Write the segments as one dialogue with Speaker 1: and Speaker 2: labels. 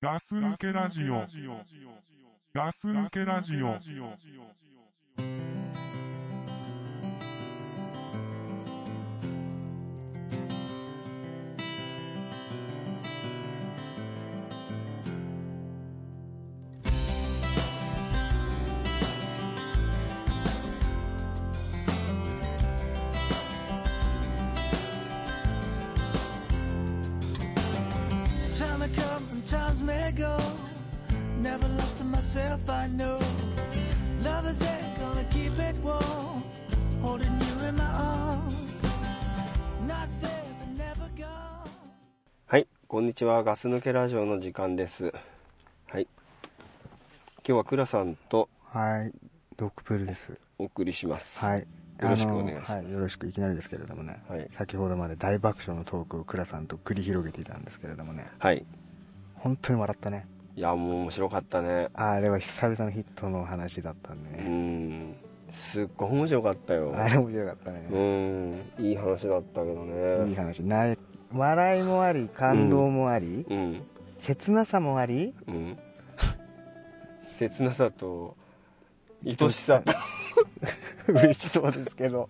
Speaker 1: ガス抜けラジオ。ガス抜けラジオ。
Speaker 2: Time may come and times may go. Never lost to myself, I know. Love is it, gonna keep it warm. Holding you in my arms. Not there, but never gone.
Speaker 3: はい、こんにちは。ガス抜けラジオの時間です。はい。今日は倉さんと
Speaker 4: はい、ドッグプールです。
Speaker 3: お送りします。
Speaker 4: はい。よ
Speaker 3: よろしくお願いします
Speaker 4: はい、よろしく、いきなりですけれどもね、
Speaker 3: はい
Speaker 4: 先ほどまで大爆笑のトークを倉さんと繰り広げていたんですけれどもね、
Speaker 3: はい。
Speaker 4: 本当に笑ったね。
Speaker 3: いや、もう面白かったね。
Speaker 4: あれは久々のヒットの話だったんで
Speaker 3: う
Speaker 4: ね。
Speaker 3: ん。すっごい面白かったよ。
Speaker 4: あれ面白かった
Speaker 3: う
Speaker 4: ね。
Speaker 3: ん。いい話だったけど
Speaker 4: いい
Speaker 3: ね。
Speaker 4: 話。ない笑いもあり、感動もあり、
Speaker 3: うん。
Speaker 4: 切なさもあり、
Speaker 3: うん。切なさと、愛しさと。
Speaker 4: 嬉 しそうですけど、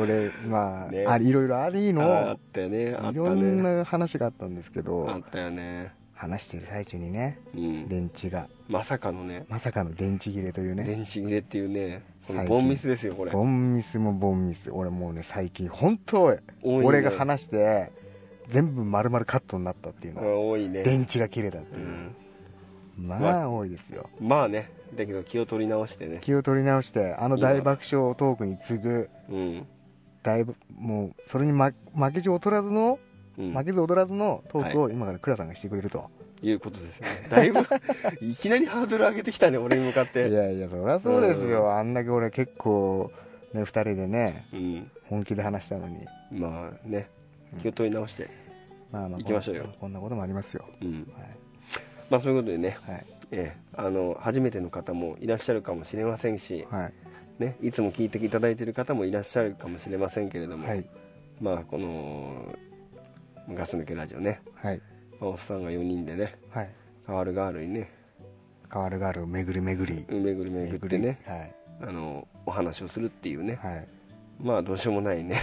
Speaker 4: 俺、まあ、
Speaker 3: ね
Speaker 4: ありいろいろあり
Speaker 3: あっ
Speaker 4: の、
Speaker 3: たよね。あっ
Speaker 4: い
Speaker 3: た
Speaker 4: ろ
Speaker 3: ね。
Speaker 4: んな話があったんですけ
Speaker 3: あ
Speaker 4: ど
Speaker 3: っ、たよね。
Speaker 4: 話してる最中にね、
Speaker 3: うん。
Speaker 4: 電池が。
Speaker 3: まさかのね。
Speaker 4: まさかの電池切れというね、
Speaker 3: 電池切れっていうね、この
Speaker 4: 最近
Speaker 3: ボンミスですよ、これ。
Speaker 4: ボンミスもボンミス、俺もうね、最近、本当、
Speaker 3: 多いね
Speaker 4: 俺が話して、全部丸々カットになったっていう
Speaker 3: う
Speaker 4: の、
Speaker 3: ん多いね。
Speaker 4: 電池が切れたって
Speaker 3: う
Speaker 4: いう、
Speaker 3: ん。
Speaker 4: まあ多いですよ、
Speaker 3: まあね、だけど気を取り直してね、
Speaker 4: 気を取り直して、あの大爆笑トークに次ぐ、
Speaker 3: うん、
Speaker 4: 大ぶもう、それに負負けず劣らずの、
Speaker 3: うん、
Speaker 4: 負けず劣らずのトークを今から倉さんがしてくれると、
Speaker 3: いうことですよね。 だいぶ、いきなりハードル上げてきたね、俺に向かっ
Speaker 4: い、
Speaker 3: て。
Speaker 4: やいや、そりゃそうです
Speaker 3: う
Speaker 4: よ、あんだけ俺、結構、ね、2人でね、
Speaker 3: うん、
Speaker 4: 本気で話したのに、
Speaker 3: まあね、気を取り直して、
Speaker 4: まあまあ、
Speaker 3: 行きましょうよ
Speaker 4: こんこんなこともありますよ。
Speaker 3: うん、
Speaker 4: はい
Speaker 3: まあそういうことでね、
Speaker 4: はい
Speaker 3: ええあの初めての方もいらっしゃるかもしれませんし、
Speaker 4: はい、
Speaker 3: ね、いつも聞いていただいている方もいらっしゃるかもしれませんけれども、
Speaker 4: はい、
Speaker 3: まあこのガス抜けラジオね、
Speaker 4: はい、
Speaker 3: まあおっさんが4人でね、
Speaker 4: はい、
Speaker 3: 変わるガールにね、
Speaker 4: 変わるガールを巡り巡り、
Speaker 3: 巡り巡ってね、
Speaker 4: はい、
Speaker 3: あのお話をするっていうね、
Speaker 4: はい、
Speaker 3: まあどうしようもないね、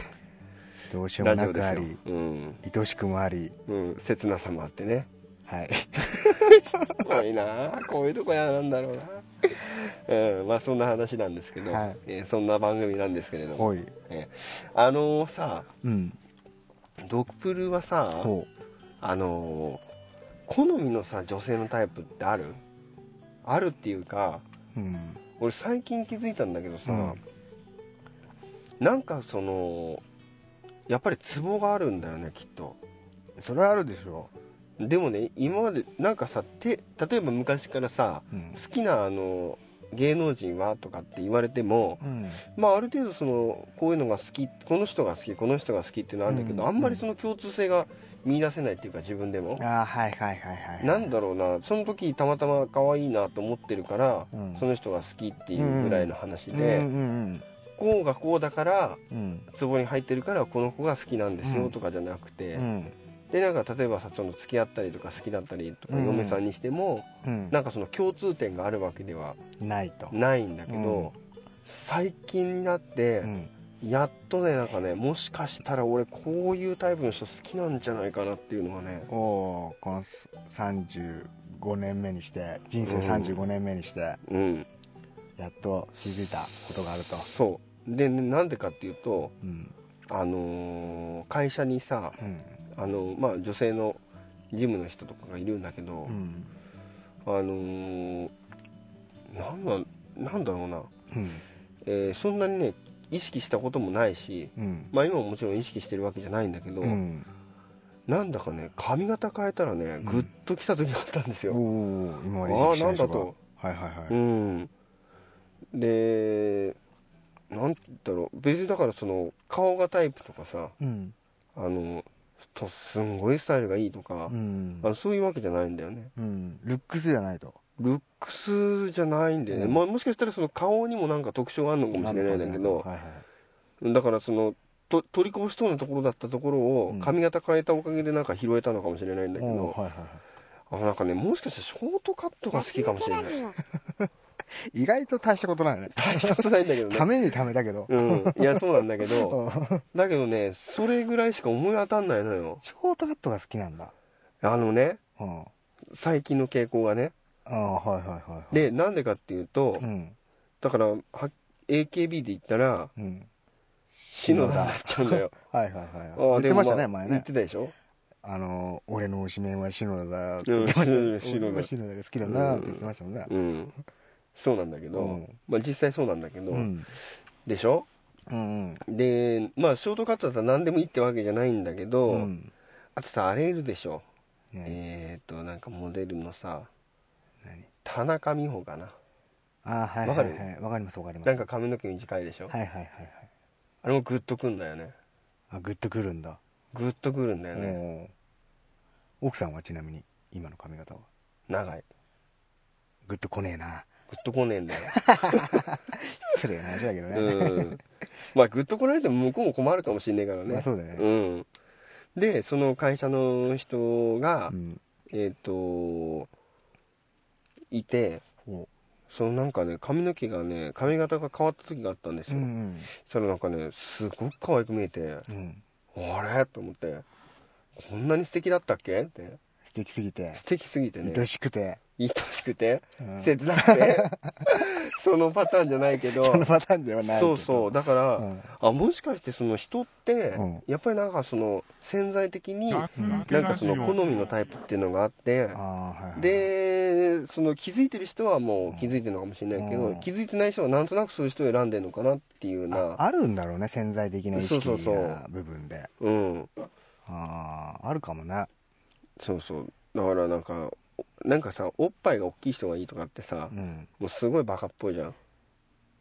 Speaker 4: どうしよ
Speaker 3: ラ
Speaker 4: うも
Speaker 3: ジ
Speaker 4: な
Speaker 3: オで
Speaker 4: くあ
Speaker 3: すよ
Speaker 4: り、。
Speaker 3: うん
Speaker 4: 愛しくもあり、
Speaker 3: うん、切なさもあってね。
Speaker 4: はい、
Speaker 3: すごいなあこういうとこやなんだろうな。うん、まあそんな話なんですけど、
Speaker 4: はい
Speaker 3: えーそんな番組なんですけれども、
Speaker 4: ほい、
Speaker 3: あのーさ、
Speaker 4: うん、
Speaker 3: ドクプルはさ、
Speaker 4: ほ
Speaker 3: あのー好みのさ、女性のタイプってあるあるっていうか、
Speaker 4: う、うん、
Speaker 3: 俺最近気づいたんだけどさ、
Speaker 4: うん
Speaker 3: なんかその、やっぱりツボがあるんだよね、きっと。
Speaker 4: それはあるでしょ
Speaker 3: でもね、今まで、なんかさ、て例えば昔からさ、
Speaker 4: う、うん、
Speaker 3: 好きなあの芸能人はとかって言われても、
Speaker 4: うん、
Speaker 3: まあ、ある程度そのこういうのが好きこの人が好きこの人が好きっていうのはあるんだけど、
Speaker 4: うん
Speaker 3: あんまりその共通性が見出せないっていうか自分でも、
Speaker 4: ああ、はい、はい、はい、はい、
Speaker 3: なんだろうなその時たまたま可愛いなと思ってるから、
Speaker 4: うん
Speaker 3: その人が好きっていうぐらいの話
Speaker 4: うん、
Speaker 3: で、
Speaker 4: うん、
Speaker 3: こうがこうだから
Speaker 4: うん、うん、
Speaker 3: ツボに入ってるからこの子が好きなんです
Speaker 4: う
Speaker 3: よ
Speaker 4: ん
Speaker 3: とかじゃなくて、
Speaker 4: うん、
Speaker 3: でなんか例えばさその付き合ったりとか好きだったりとか、
Speaker 4: うん
Speaker 3: 嫁さんにしても
Speaker 4: うん、
Speaker 3: なんかその共通点があるわけでは
Speaker 4: ないと、
Speaker 3: ないんだけど、最近になって、
Speaker 4: うん、
Speaker 3: やっとねなんかねもしかしたら俺こういうタイプの人好きなんじゃないかなっていうのがね
Speaker 4: おおー、この三十五年目にして、人生三十五年目にして、
Speaker 3: うん
Speaker 4: やっと気づいたことがあると、
Speaker 3: そうでねなんでかっていうと
Speaker 4: うん、
Speaker 3: あのー会社にさ、
Speaker 4: うん、
Speaker 3: あのーまあ、女性のジムの人とかがいるんだけど、
Speaker 4: うん、
Speaker 3: あのーなんなんなんだろうな、
Speaker 4: うん、
Speaker 3: えーそんなにね意識したこともないし
Speaker 4: うん、
Speaker 3: まあ今ももちろん意識してるわけじゃないんだけど、
Speaker 4: うん。
Speaker 3: なんだかね髪型変えたらね
Speaker 4: ん
Speaker 3: グッときた時があったんですよ、
Speaker 4: おお今まで意
Speaker 3: ああ
Speaker 4: 識し
Speaker 3: な
Speaker 4: てなんい
Speaker 3: だ
Speaker 4: 人が
Speaker 3: と
Speaker 4: はいはいは
Speaker 3: う
Speaker 4: い
Speaker 3: んでなんて言ったろう別にだからその顔がタイプとかさ
Speaker 4: うん
Speaker 3: あのとすんごいスタイルがいいとか
Speaker 4: う、ん
Speaker 3: あのそういうわけじゃないんだよね
Speaker 4: うんルックスじゃないと
Speaker 3: ルックスじゃないんだよね、
Speaker 4: うん
Speaker 3: まあ、もしかしたらその顔にもなんか特徴があるのかもしれないんだけど
Speaker 4: はいはい
Speaker 3: だからそのと取りこぼしそうなところだったところ
Speaker 4: う
Speaker 3: を
Speaker 4: ん
Speaker 3: 髪型変えたおかげでなんか拾えたのかもしれないんだけ
Speaker 4: お
Speaker 3: ど、
Speaker 4: ーはいはいはい
Speaker 3: あなんかねもしかしたらショートカットが好きかもしれない
Speaker 4: 意外と大したことないね
Speaker 3: 大したことないんだけど
Speaker 4: た
Speaker 3: ね
Speaker 4: めにためだけど、
Speaker 3: うんいやそうなんだけど
Speaker 4: うんシ
Speaker 3: だけどねそれぐらいしか思い当たんないのよ
Speaker 4: ョートカットが好きなんだ
Speaker 3: あのね
Speaker 4: うんあ
Speaker 3: 最近の傾向がね
Speaker 4: あはいはいはい
Speaker 3: でなんでかっていうと
Speaker 4: うん
Speaker 3: だからは AKB で言ったら
Speaker 4: うん
Speaker 3: 篠田になっちゃうんだよ
Speaker 4: はいはいはい
Speaker 3: あ
Speaker 4: 言
Speaker 3: ー
Speaker 4: っ
Speaker 3: で
Speaker 4: て
Speaker 3: も
Speaker 4: ましたね、
Speaker 3: あ
Speaker 4: 前
Speaker 3: 言っ
Speaker 4: ね
Speaker 3: てたでしょ
Speaker 4: あの俺の推しメンは篠田だって言ってましたね、
Speaker 3: うん篠田
Speaker 4: 俺は篠田が好きだなって言ってましたもんね
Speaker 3: うんそうなんだけど、
Speaker 4: うん
Speaker 3: まあ実際そうなんだけど、
Speaker 4: うん
Speaker 3: でしょ
Speaker 4: うん
Speaker 3: でまあショートカットだったら何でもいいってわけじゃないんだけど、
Speaker 4: うん
Speaker 3: あとさあれいるでしょ、
Speaker 4: ね
Speaker 3: えっ、ー、となんかモデルのさ
Speaker 4: 何
Speaker 3: 田中美穂かな
Speaker 4: あーはい
Speaker 3: わ
Speaker 4: は
Speaker 3: か
Speaker 4: い
Speaker 3: る
Speaker 4: はいわかりますわかります
Speaker 3: なんか髪の毛短いでしょ、
Speaker 4: はいはいはいはい
Speaker 3: あれもグッとくんだよね
Speaker 4: あグッとくるんだ、
Speaker 3: グッとくるんだよね、
Speaker 4: おー奥さんはちなみに今の髪型は
Speaker 3: 長い
Speaker 4: グッとこねえな
Speaker 3: グッとこねえんだ よ、
Speaker 4: 失礼な話だけどね、
Speaker 3: うんまあグッとこられても向こうも困るかもしんねえからね、
Speaker 4: まあそうだよね、
Speaker 3: うんでその会社の人が、
Speaker 4: うん
Speaker 3: えっ、といて
Speaker 4: お
Speaker 3: そのなんかね髪の毛がね髪型が変わった時があったんです
Speaker 4: う
Speaker 3: よ、
Speaker 4: ん
Speaker 3: それなんかねすごく可愛く見えて
Speaker 4: うんうん
Speaker 3: あれと思ってこんなに素敵だったっけって
Speaker 4: 素敵すぎて
Speaker 3: 素敵すぎてね
Speaker 4: 愛しくて、
Speaker 3: 愛しくて
Speaker 4: うん
Speaker 3: 切なくて そのパターンじゃないけど
Speaker 4: そのパターンではないけ
Speaker 3: そ
Speaker 4: ど
Speaker 3: うそう
Speaker 4: う
Speaker 3: だから、
Speaker 4: ん
Speaker 3: あもしかしてその人って、
Speaker 4: うん
Speaker 3: やっぱりなんかその潜在的に
Speaker 1: ガ
Speaker 3: な
Speaker 1: ス抜け
Speaker 3: ん
Speaker 1: ラ
Speaker 3: かそ
Speaker 1: ジオ
Speaker 3: の好みのタイプっていうのがあって
Speaker 4: あーはいはい、
Speaker 3: でその気づいてる人はもう気づいてるのかもしれないけど、
Speaker 4: うん
Speaker 3: 気づいてない人はなんとなくそういう人を選んでるのかなっていうよう
Speaker 4: あ
Speaker 3: な
Speaker 4: あるんだろうね潜在的な意識
Speaker 3: そうそうそう
Speaker 4: な部分で
Speaker 3: うん
Speaker 4: あああるかもね
Speaker 3: そうそうだからなんかなんかさおっぱいが大きい人がいいとかってさ
Speaker 4: うん、
Speaker 3: もうすごいバカっぽいじゃん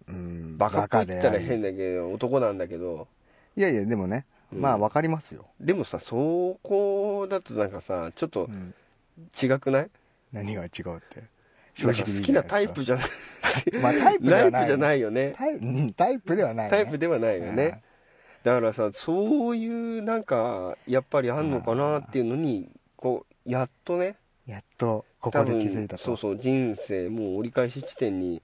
Speaker 4: うん、
Speaker 3: バカっぽいって言ったら
Speaker 4: バカであ
Speaker 3: 変
Speaker 4: り
Speaker 3: だけど男なんだけど、
Speaker 4: いやいやでもね、
Speaker 3: うん
Speaker 4: まあわかりますよ、
Speaker 3: でもさそこだとなんかさちょっと
Speaker 4: うん
Speaker 3: 違くない、
Speaker 4: 何が違うって
Speaker 3: なんか好きなタイプじゃない
Speaker 4: まあタイプ で
Speaker 3: タ
Speaker 4: は
Speaker 3: イプじゃ
Speaker 4: い
Speaker 3: ないよね
Speaker 4: タイうんタイプではない、ね、
Speaker 3: タイプではないよね、だからさそういうなんかやっぱりあんのかなっていうのにこうやっとね
Speaker 4: うんやっとこ
Speaker 3: 多
Speaker 4: こで気づい
Speaker 3: 分
Speaker 4: たと
Speaker 3: そうそう人生もう折り返し地点に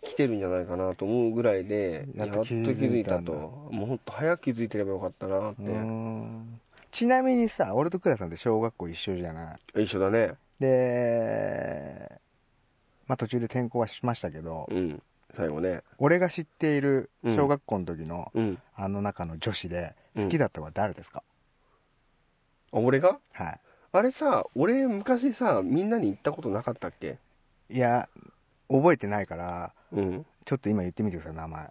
Speaker 3: 来てるんじゃないかなと思うぐらいでや
Speaker 4: や
Speaker 3: っ
Speaker 4: っ
Speaker 3: と
Speaker 4: と
Speaker 3: 気
Speaker 4: 気
Speaker 3: づ
Speaker 4: づ
Speaker 3: い
Speaker 4: い
Speaker 3: たと
Speaker 4: たんだ
Speaker 3: もっと早く気づいてればよかったなっ
Speaker 4: う
Speaker 3: て、
Speaker 4: ーんちなみにさ俺と倉さんって小学校一緒じゃない
Speaker 3: 一緒だね
Speaker 4: でまあ途中で転校はしましたけど
Speaker 3: うん最後ね
Speaker 4: 俺が知っている小学校の時の、
Speaker 3: うん
Speaker 4: あの中の女子で
Speaker 3: うん
Speaker 4: 好きだったのは誰ですか、
Speaker 3: あ俺が
Speaker 4: は
Speaker 3: あれさ俺昔さみんなに言ったことなかったっけ
Speaker 4: いいや覚えてないから
Speaker 3: うん
Speaker 4: ちょっと今言ってみてください名前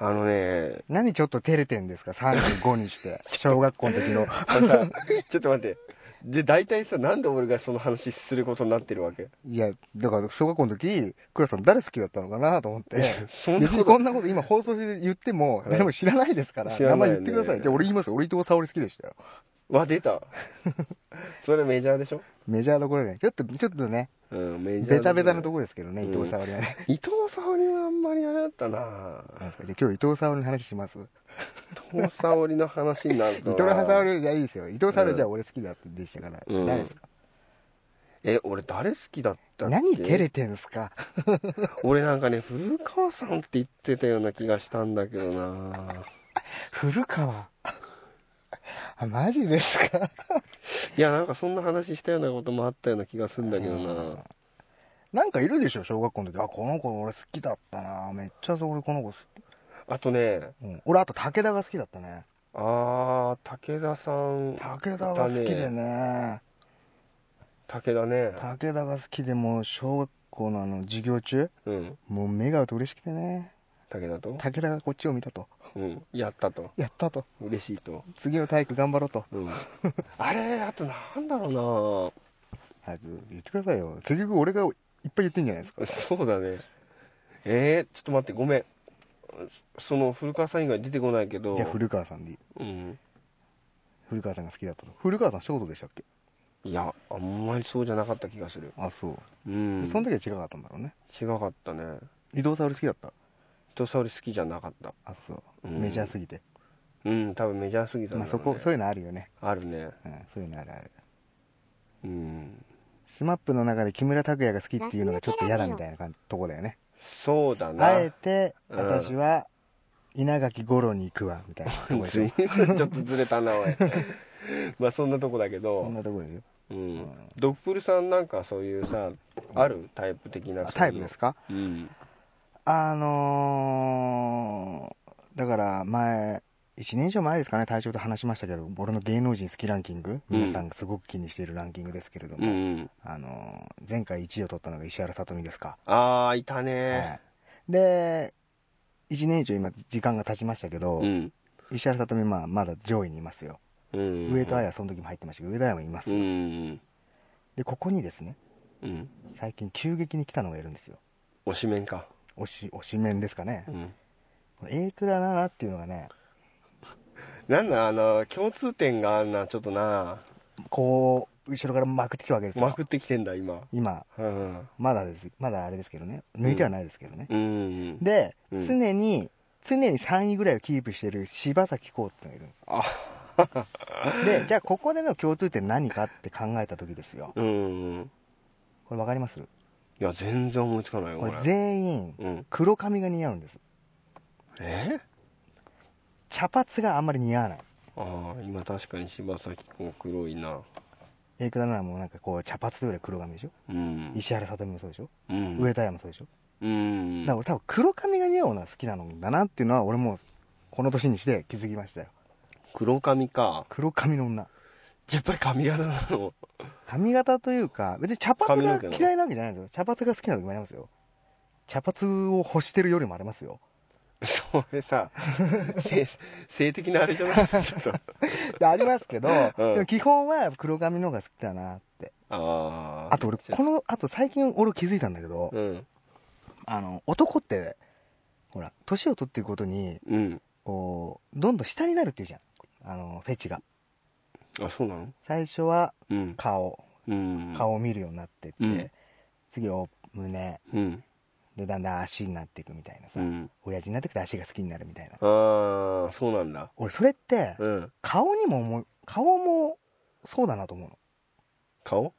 Speaker 3: あのね
Speaker 4: 何ちょっと照れてんですか35にして 小学校の時の
Speaker 3: あのさ ちょっと待ってで大体さなんで俺がその話することになってるわけ
Speaker 4: いやだから小学校の時倉さん誰好きだったのかなと 思って
Speaker 3: そんな
Speaker 4: 別
Speaker 3: こと
Speaker 4: にこんなこと今放送で言っても
Speaker 3: はい
Speaker 4: 誰も知らないですから、
Speaker 3: 知らな
Speaker 4: 名
Speaker 3: い
Speaker 4: 前
Speaker 3: よ
Speaker 4: 言
Speaker 3: ね
Speaker 4: ってくださいじゃあ俺言いますよ俺伊藤沙織好きでしたよ
Speaker 3: は出 たそれメジャーでしょ
Speaker 4: メジャーどころでちょっとちょっとね
Speaker 3: うんメジャー
Speaker 4: ベタベタのと
Speaker 3: こ
Speaker 4: ころですけどね、
Speaker 3: うん
Speaker 4: 伊藤沙織はね
Speaker 3: 伊藤沙織はあんまりあれだったな
Speaker 4: なんですかじゃあ今日伊藤沙織の話します
Speaker 3: 伊藤沙織の話になる
Speaker 4: 伊
Speaker 3: とな
Speaker 4: 藤沙織じゃあいいですよ伊藤沙
Speaker 3: う
Speaker 4: 織
Speaker 3: ん
Speaker 4: じゃあ俺好きだってでしたから、
Speaker 3: うん
Speaker 4: 誰ですか
Speaker 3: え俺誰好きだったっけ
Speaker 4: 何照れてんすか
Speaker 3: 俺なんかね古川さんって言ってたような気がしたんだけどな
Speaker 4: 古川あマジですか
Speaker 3: いやなんかそんな話したようなこともあったような気がするんだけどな
Speaker 4: なんかいるでしょ小学校の時あこの子俺好きだったなめっちゃそ俺この子好き、
Speaker 3: あとね
Speaker 4: うん、俺あと武田が好きだったね
Speaker 3: あー武田さん
Speaker 4: 武田が好きでね
Speaker 3: 武田ね
Speaker 4: 武田が好きでもう小学校のあの授業中
Speaker 3: うん
Speaker 4: もう目が合うと嬉しくてね
Speaker 3: 武田と、
Speaker 4: 武田がこっちを見たと
Speaker 3: うん、やったと
Speaker 4: やったと
Speaker 3: 嬉しいと、
Speaker 4: 次の体育頑張ろうと
Speaker 3: うん、 あれあとなんだろ
Speaker 4: 早く言ってくださいよ結局俺がいっぱい言ってんじゃないです
Speaker 3: うな
Speaker 4: か
Speaker 3: そうだねえー、ちょっと待ってごめんその古川さん以外出てこないけど
Speaker 4: じゃあ古川さんでいい
Speaker 3: うん
Speaker 4: 古川さんが好きだったと古川さんショートでしたっけ
Speaker 3: いやあんまりそうじゃなかった気がする
Speaker 4: あそう、
Speaker 3: うん
Speaker 4: その時は違かったんだろうね
Speaker 3: 違かったね
Speaker 4: 伊藤沙織好きだった
Speaker 3: 人沙織好きじゃなかった
Speaker 4: あそう、
Speaker 3: うん
Speaker 4: メジャーすぎて、
Speaker 3: うん多分メジャーすぎたん
Speaker 4: ま
Speaker 3: だ
Speaker 4: あ、
Speaker 3: ろう
Speaker 4: そこ
Speaker 3: ね
Speaker 4: そういうのあるよね、
Speaker 3: あるね
Speaker 4: うん、そういうのあるある
Speaker 3: うん
Speaker 4: スマップの中で木村拓哉が好きっていうのがちょっと嫌だみたいな感じとこだよね
Speaker 3: そうだな
Speaker 4: あえて
Speaker 3: うん
Speaker 4: 私は稲垣吾郎に行くわ みたいなとこでし
Speaker 3: 随
Speaker 4: ょ
Speaker 3: 分ちょっとずれたなおい まあそんなとこだけ
Speaker 4: そん
Speaker 3: ど、
Speaker 4: なとこでしょ
Speaker 3: う
Speaker 4: うんん、
Speaker 3: ドップルさんなんかそういうさあるタイプ的な
Speaker 4: あタイプです
Speaker 3: か、
Speaker 4: か
Speaker 3: うん、
Speaker 4: あのーだから前1年以上前ですかね、隊長と話しましたけど、俺の芸能人好きランキング、
Speaker 3: うん
Speaker 4: 皆さんがすごく気にしているランキングですけれど
Speaker 3: う
Speaker 4: も、
Speaker 3: んうん
Speaker 4: あのー前回1位を取ったのが石原さとみですか、
Speaker 3: ああいた
Speaker 4: は
Speaker 3: ね、
Speaker 4: いで、1年以上今、時間が経ちましたけど、
Speaker 3: うん
Speaker 4: 石原さとみ、まあ、まだ上位にいますよ、
Speaker 3: うん
Speaker 4: 上戸彩、その時も入ってましたけど、上戸彩もいます、
Speaker 3: うんうん
Speaker 4: で、ここにですね、
Speaker 3: うん
Speaker 4: 最近、急激に来たのがいるんですよ、
Speaker 3: 推しメンか、
Speaker 4: 推し推し面ですかね
Speaker 3: う、ん、
Speaker 4: この A 倉奈々っていうのがね、
Speaker 3: なんだあの共通点があるなちょっとな
Speaker 4: こう、後ろからまくってきたわけですよ。
Speaker 3: まくってきてんだ今
Speaker 4: 今、
Speaker 3: うん
Speaker 4: まだです、まだあれですけどね、抜いてはないですけどね。
Speaker 3: うん
Speaker 4: で、
Speaker 3: うん
Speaker 4: 常に、常に3位ぐらいをキープしてる柴咲コウっていうのがいるんです。
Speaker 3: あ
Speaker 4: で、じゃあここでの共通点何かって考えた時ですよ。
Speaker 3: うんい
Speaker 4: これわかります
Speaker 3: や全然思いつかないよ
Speaker 4: こ
Speaker 3: こ
Speaker 4: れ
Speaker 3: れ
Speaker 4: 全員、
Speaker 3: うん、
Speaker 4: 黒髪が似合うんです。
Speaker 3: え
Speaker 4: 茶髪があんまり似合わない。
Speaker 3: ああ今確かに柴咲コウ黒いな
Speaker 4: A 倉奈々もなんかこう、茶髪というよりは黒髪でしょ
Speaker 3: うん
Speaker 4: 石原さとみもそうでしょ、
Speaker 3: うん
Speaker 4: 上田山もそうでしょ
Speaker 3: うん
Speaker 4: だから俺多分黒髪が似合うのは好きなのだなっていうのは俺もこの年にして気づきましたよ。
Speaker 3: 黒髪か
Speaker 4: 黒髪の女。
Speaker 3: やっぱり髪型なの
Speaker 4: 髪型というか、別に茶髪が
Speaker 3: 髪の毛の
Speaker 4: 嫌いなわけじゃないんですよ。茶髪が好きな時もありますよ。茶髪を欲してる夜もありますよ。
Speaker 3: それ さ性性的なあれじゃないちょっと
Speaker 4: でありますけど、
Speaker 3: うん
Speaker 4: でも基本は黒髪の方が好きだなって。
Speaker 3: ああ
Speaker 4: あと俺、この、あと最近俺気づいたんだけど、
Speaker 3: うん
Speaker 4: あの、男って、ほら、年を取っていくことに、
Speaker 3: うん
Speaker 4: こう、どんどん下になるっていうじゃん。あの、フェチが。
Speaker 3: あそうなの
Speaker 4: 最初は
Speaker 3: うん
Speaker 4: 顔、
Speaker 3: うん
Speaker 4: 顔を見るようになってって、
Speaker 3: うん
Speaker 4: 次お胸、
Speaker 3: うん
Speaker 4: で、だんだん足になっていくみたいなさ、
Speaker 3: うん
Speaker 4: 親父になってくと足が好きになるみたいな。
Speaker 3: ああそうなんだ
Speaker 4: 俺それって
Speaker 3: うん
Speaker 4: 顔にも思う顔もそうだなと思うの
Speaker 3: 顔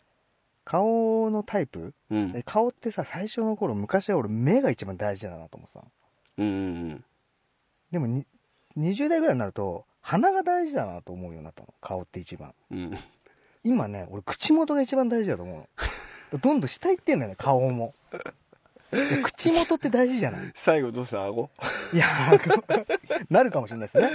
Speaker 4: 顔のタイプ
Speaker 3: うん
Speaker 4: え顔ってさ最初の頃昔は俺目が一番大事だなと思ってたの
Speaker 3: うんうん
Speaker 4: でもに20代ぐらいになると鼻が大事だなと思うようになったの顔って一番
Speaker 3: うんうん
Speaker 4: 今ね俺口元が一番大事だと 思うのどんどん下行ってんだよね顔もで口元って大事じゃない
Speaker 3: 最後どうした顎
Speaker 4: いや なんかなるかもしれないですね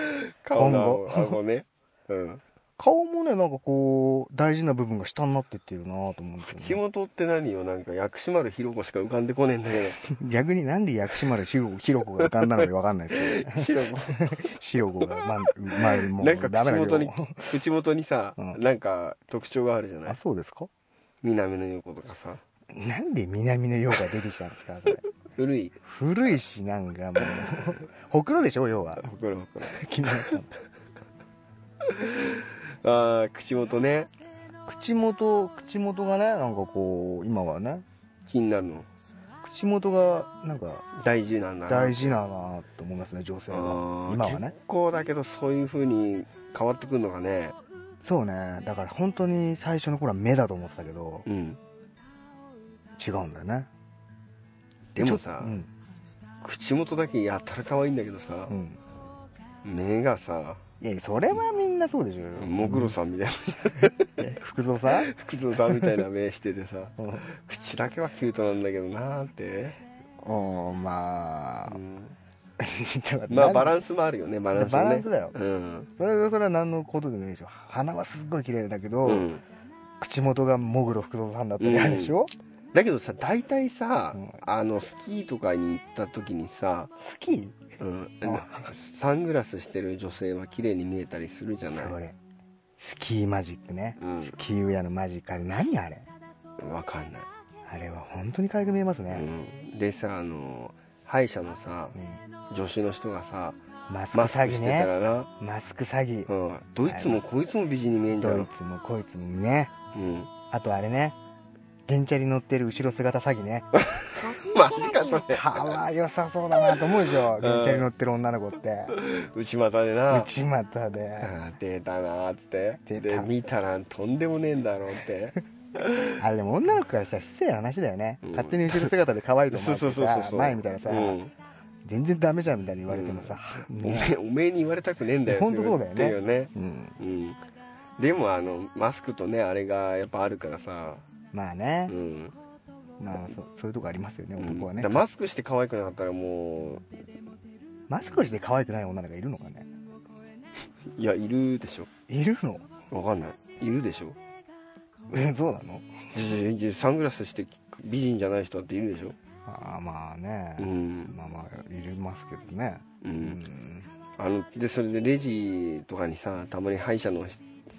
Speaker 3: 顔
Speaker 4: 今
Speaker 3: の
Speaker 4: 後
Speaker 3: 顎顎ねうん
Speaker 4: 顔もねなんかこう大事な部分が下になってってるなと思うんですよ、ね、
Speaker 3: 口元って何よなんか薬師丸ひろ子しか浮かんでこねえんだけ
Speaker 4: 逆になんで薬師丸ひろひろ子が浮かんだのかわかんないです けど、
Speaker 3: ど白 子
Speaker 4: ひろ子が、まあ、まあ、もう、
Speaker 3: なんか
Speaker 4: ダメ
Speaker 3: 口
Speaker 4: だけ
Speaker 3: 元に
Speaker 4: ど。
Speaker 3: 口元にさ、
Speaker 4: うん
Speaker 3: なんか特徴があるじゃな
Speaker 4: あ、
Speaker 3: い
Speaker 4: そうですか
Speaker 3: 南野陽子とかさ
Speaker 4: なんで南の洋が出てきたんですかそれ。
Speaker 3: 古い
Speaker 4: 古いし、なんかもう、ほくろでしょ、要は。
Speaker 3: ほくろほく
Speaker 4: 昨日
Speaker 3: ろああ口元ね
Speaker 4: 口元、口元がね、なんかこう、今はね、
Speaker 3: 気になるの
Speaker 4: 口元が、なんか、
Speaker 3: 大事なんだな
Speaker 4: 大事だなと思いますね、女性
Speaker 3: あ
Speaker 4: は。
Speaker 3: ー
Speaker 4: 今はね。
Speaker 3: 結構だけどそういう風に変わってくるのがね
Speaker 4: そうね。だから本当に最初の頃は目だと思ってたけど、
Speaker 3: うん
Speaker 4: 違うんだよね。
Speaker 3: でもさ、
Speaker 4: うん。
Speaker 3: 口元だけやたら可愛いんだけどさ
Speaker 4: う、ん。
Speaker 3: 目がさ
Speaker 4: いやいやそれはみんなそうでしょ
Speaker 3: もぐろさんみたいな
Speaker 4: 福蔵さん
Speaker 3: 福蔵さんみたいな目しててさ
Speaker 4: うん
Speaker 3: 口だけはキュートなんだけどなーって、
Speaker 4: おーま あ
Speaker 3: う、ん
Speaker 4: ちょっと待って
Speaker 3: まあバ
Speaker 4: ン
Speaker 3: ランスもあるよねバランス、ね、
Speaker 4: バランスだよ
Speaker 3: うん、
Speaker 4: それはそれは何のことでもいいでしょ鼻はすっごい綺麗だけど、
Speaker 3: うん、
Speaker 4: 口元がもぐろ福蔵さんだったら嫌でしょ、
Speaker 3: だけどさ大体さ、
Speaker 4: うん
Speaker 3: あのスキーとかに行った時にさ、
Speaker 4: 好き
Speaker 3: うん
Speaker 4: あ
Speaker 3: サングラスしてる女性は綺麗に見えたりするじゃない
Speaker 4: それスキーマジックね、
Speaker 3: うん
Speaker 4: スキーウェアのマジックあれ何あれ
Speaker 3: わかんない、
Speaker 4: あれは本当に可愛く見えます
Speaker 3: う
Speaker 4: ね、
Speaker 3: ん、でさあの歯医者のさ
Speaker 4: うん
Speaker 3: 助手の人がさ
Speaker 4: マスク
Speaker 3: マス
Speaker 4: 詐
Speaker 3: ク
Speaker 4: 欺
Speaker 3: してた
Speaker 4: ね
Speaker 3: らな、
Speaker 4: マスク詐欺、
Speaker 3: うん、どいつもこいつも美人に見えんじゃ
Speaker 4: どい
Speaker 3: ん、
Speaker 4: つもこいつもね
Speaker 3: うん、
Speaker 4: あとあれねゲンチャリ乗ってる後ろ姿詐欺ね
Speaker 3: マジかそれ
Speaker 4: かわ良さそうだなと思うでしょ
Speaker 3: ん
Speaker 4: 電車に乗ってる女の子って
Speaker 3: 内股でな
Speaker 4: 内股で
Speaker 3: あー出たなーっつって
Speaker 4: 出た
Speaker 3: で見たらとんでもねえんだろうって
Speaker 4: あれでも女の子からしたら失礼な話だよね、
Speaker 3: うん
Speaker 4: 勝手に後ろ姿で可愛いと思われ
Speaker 3: そう
Speaker 4: て
Speaker 3: そうそう
Speaker 4: さ
Speaker 3: そう
Speaker 4: 前見たらさ、
Speaker 3: うん
Speaker 4: 全然ダメじゃんみたいに言われてもさ、
Speaker 3: おめ
Speaker 4: ね
Speaker 3: えおめえに言われたくねえんだよ
Speaker 4: ほんとそうだよね
Speaker 3: っていうね、
Speaker 4: うん、
Speaker 3: うん、でもあのマスクとねあれがやっぱあるからさ、
Speaker 4: まあね
Speaker 3: う、ん
Speaker 4: まあそそういうとこありますよね
Speaker 3: うん
Speaker 4: 男はね、
Speaker 3: だからマスクして可愛くなかったらも
Speaker 4: マスクして可愛くない女の子がいるのかね
Speaker 3: ういやいるでしょ
Speaker 4: いるの
Speaker 3: わかんないいるでしょ
Speaker 4: えそうなの
Speaker 3: いやサングラスして美人じゃない人だっているでしょ
Speaker 4: ああまあね、
Speaker 3: うん
Speaker 4: まあまあいるますけどね
Speaker 3: う
Speaker 4: うんん
Speaker 3: あのでそれでレジとかにさたまに歯医者の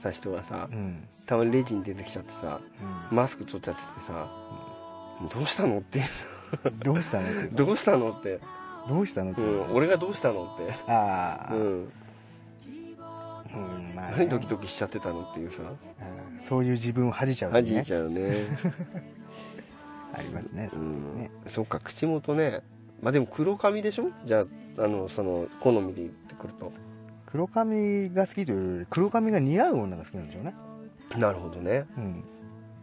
Speaker 3: さ人がさ
Speaker 4: うん、うん
Speaker 3: たまにレジに出てきちゃってさマスク取っちゃっててさどうしたのって
Speaker 4: どうしたのって
Speaker 3: どうしたのって、
Speaker 4: どうしたのっ
Speaker 3: う
Speaker 4: て、
Speaker 3: ん、俺がどうしたのって、
Speaker 4: ああ、
Speaker 3: う
Speaker 4: うん
Speaker 3: ん、
Speaker 4: まあね
Speaker 3: 何ドキドキしちゃってたのっていうさ
Speaker 4: うんそういう自分を恥じちゃう
Speaker 3: は
Speaker 4: ね
Speaker 3: じいちゃうね、
Speaker 4: ありますね
Speaker 3: う
Speaker 4: ね
Speaker 3: ん、そっか口元ねまあでも黒髪でしょじゃああのその好みで言ってくると
Speaker 4: 黒髪が好きというより黒髪が似合う女が好きなんでしょうね、
Speaker 3: なるほどね
Speaker 4: うん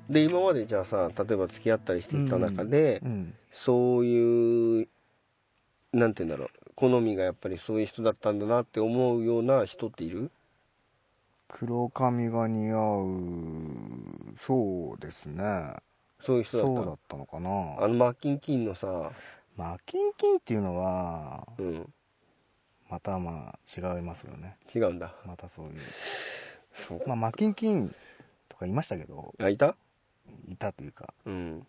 Speaker 3: で今までじゃあさ例えば付き合ったりしていた中で、
Speaker 4: うん、
Speaker 3: そういうなんて言うんだろう好みがやっぱりそういう人だったんだなって思うような人っている
Speaker 4: 黒髪が似合うそうですね
Speaker 3: そういう人だった
Speaker 4: そうだったのか
Speaker 3: あ
Speaker 4: な
Speaker 3: のマッキンキンのさ、
Speaker 4: まあキンキンっていうのは
Speaker 3: うん、
Speaker 4: またまあ違いますよね
Speaker 3: 違うんだ
Speaker 4: またそういう
Speaker 3: そう
Speaker 4: まあマッキンキンとかいましたけど
Speaker 3: あいた
Speaker 4: いたというか
Speaker 3: うん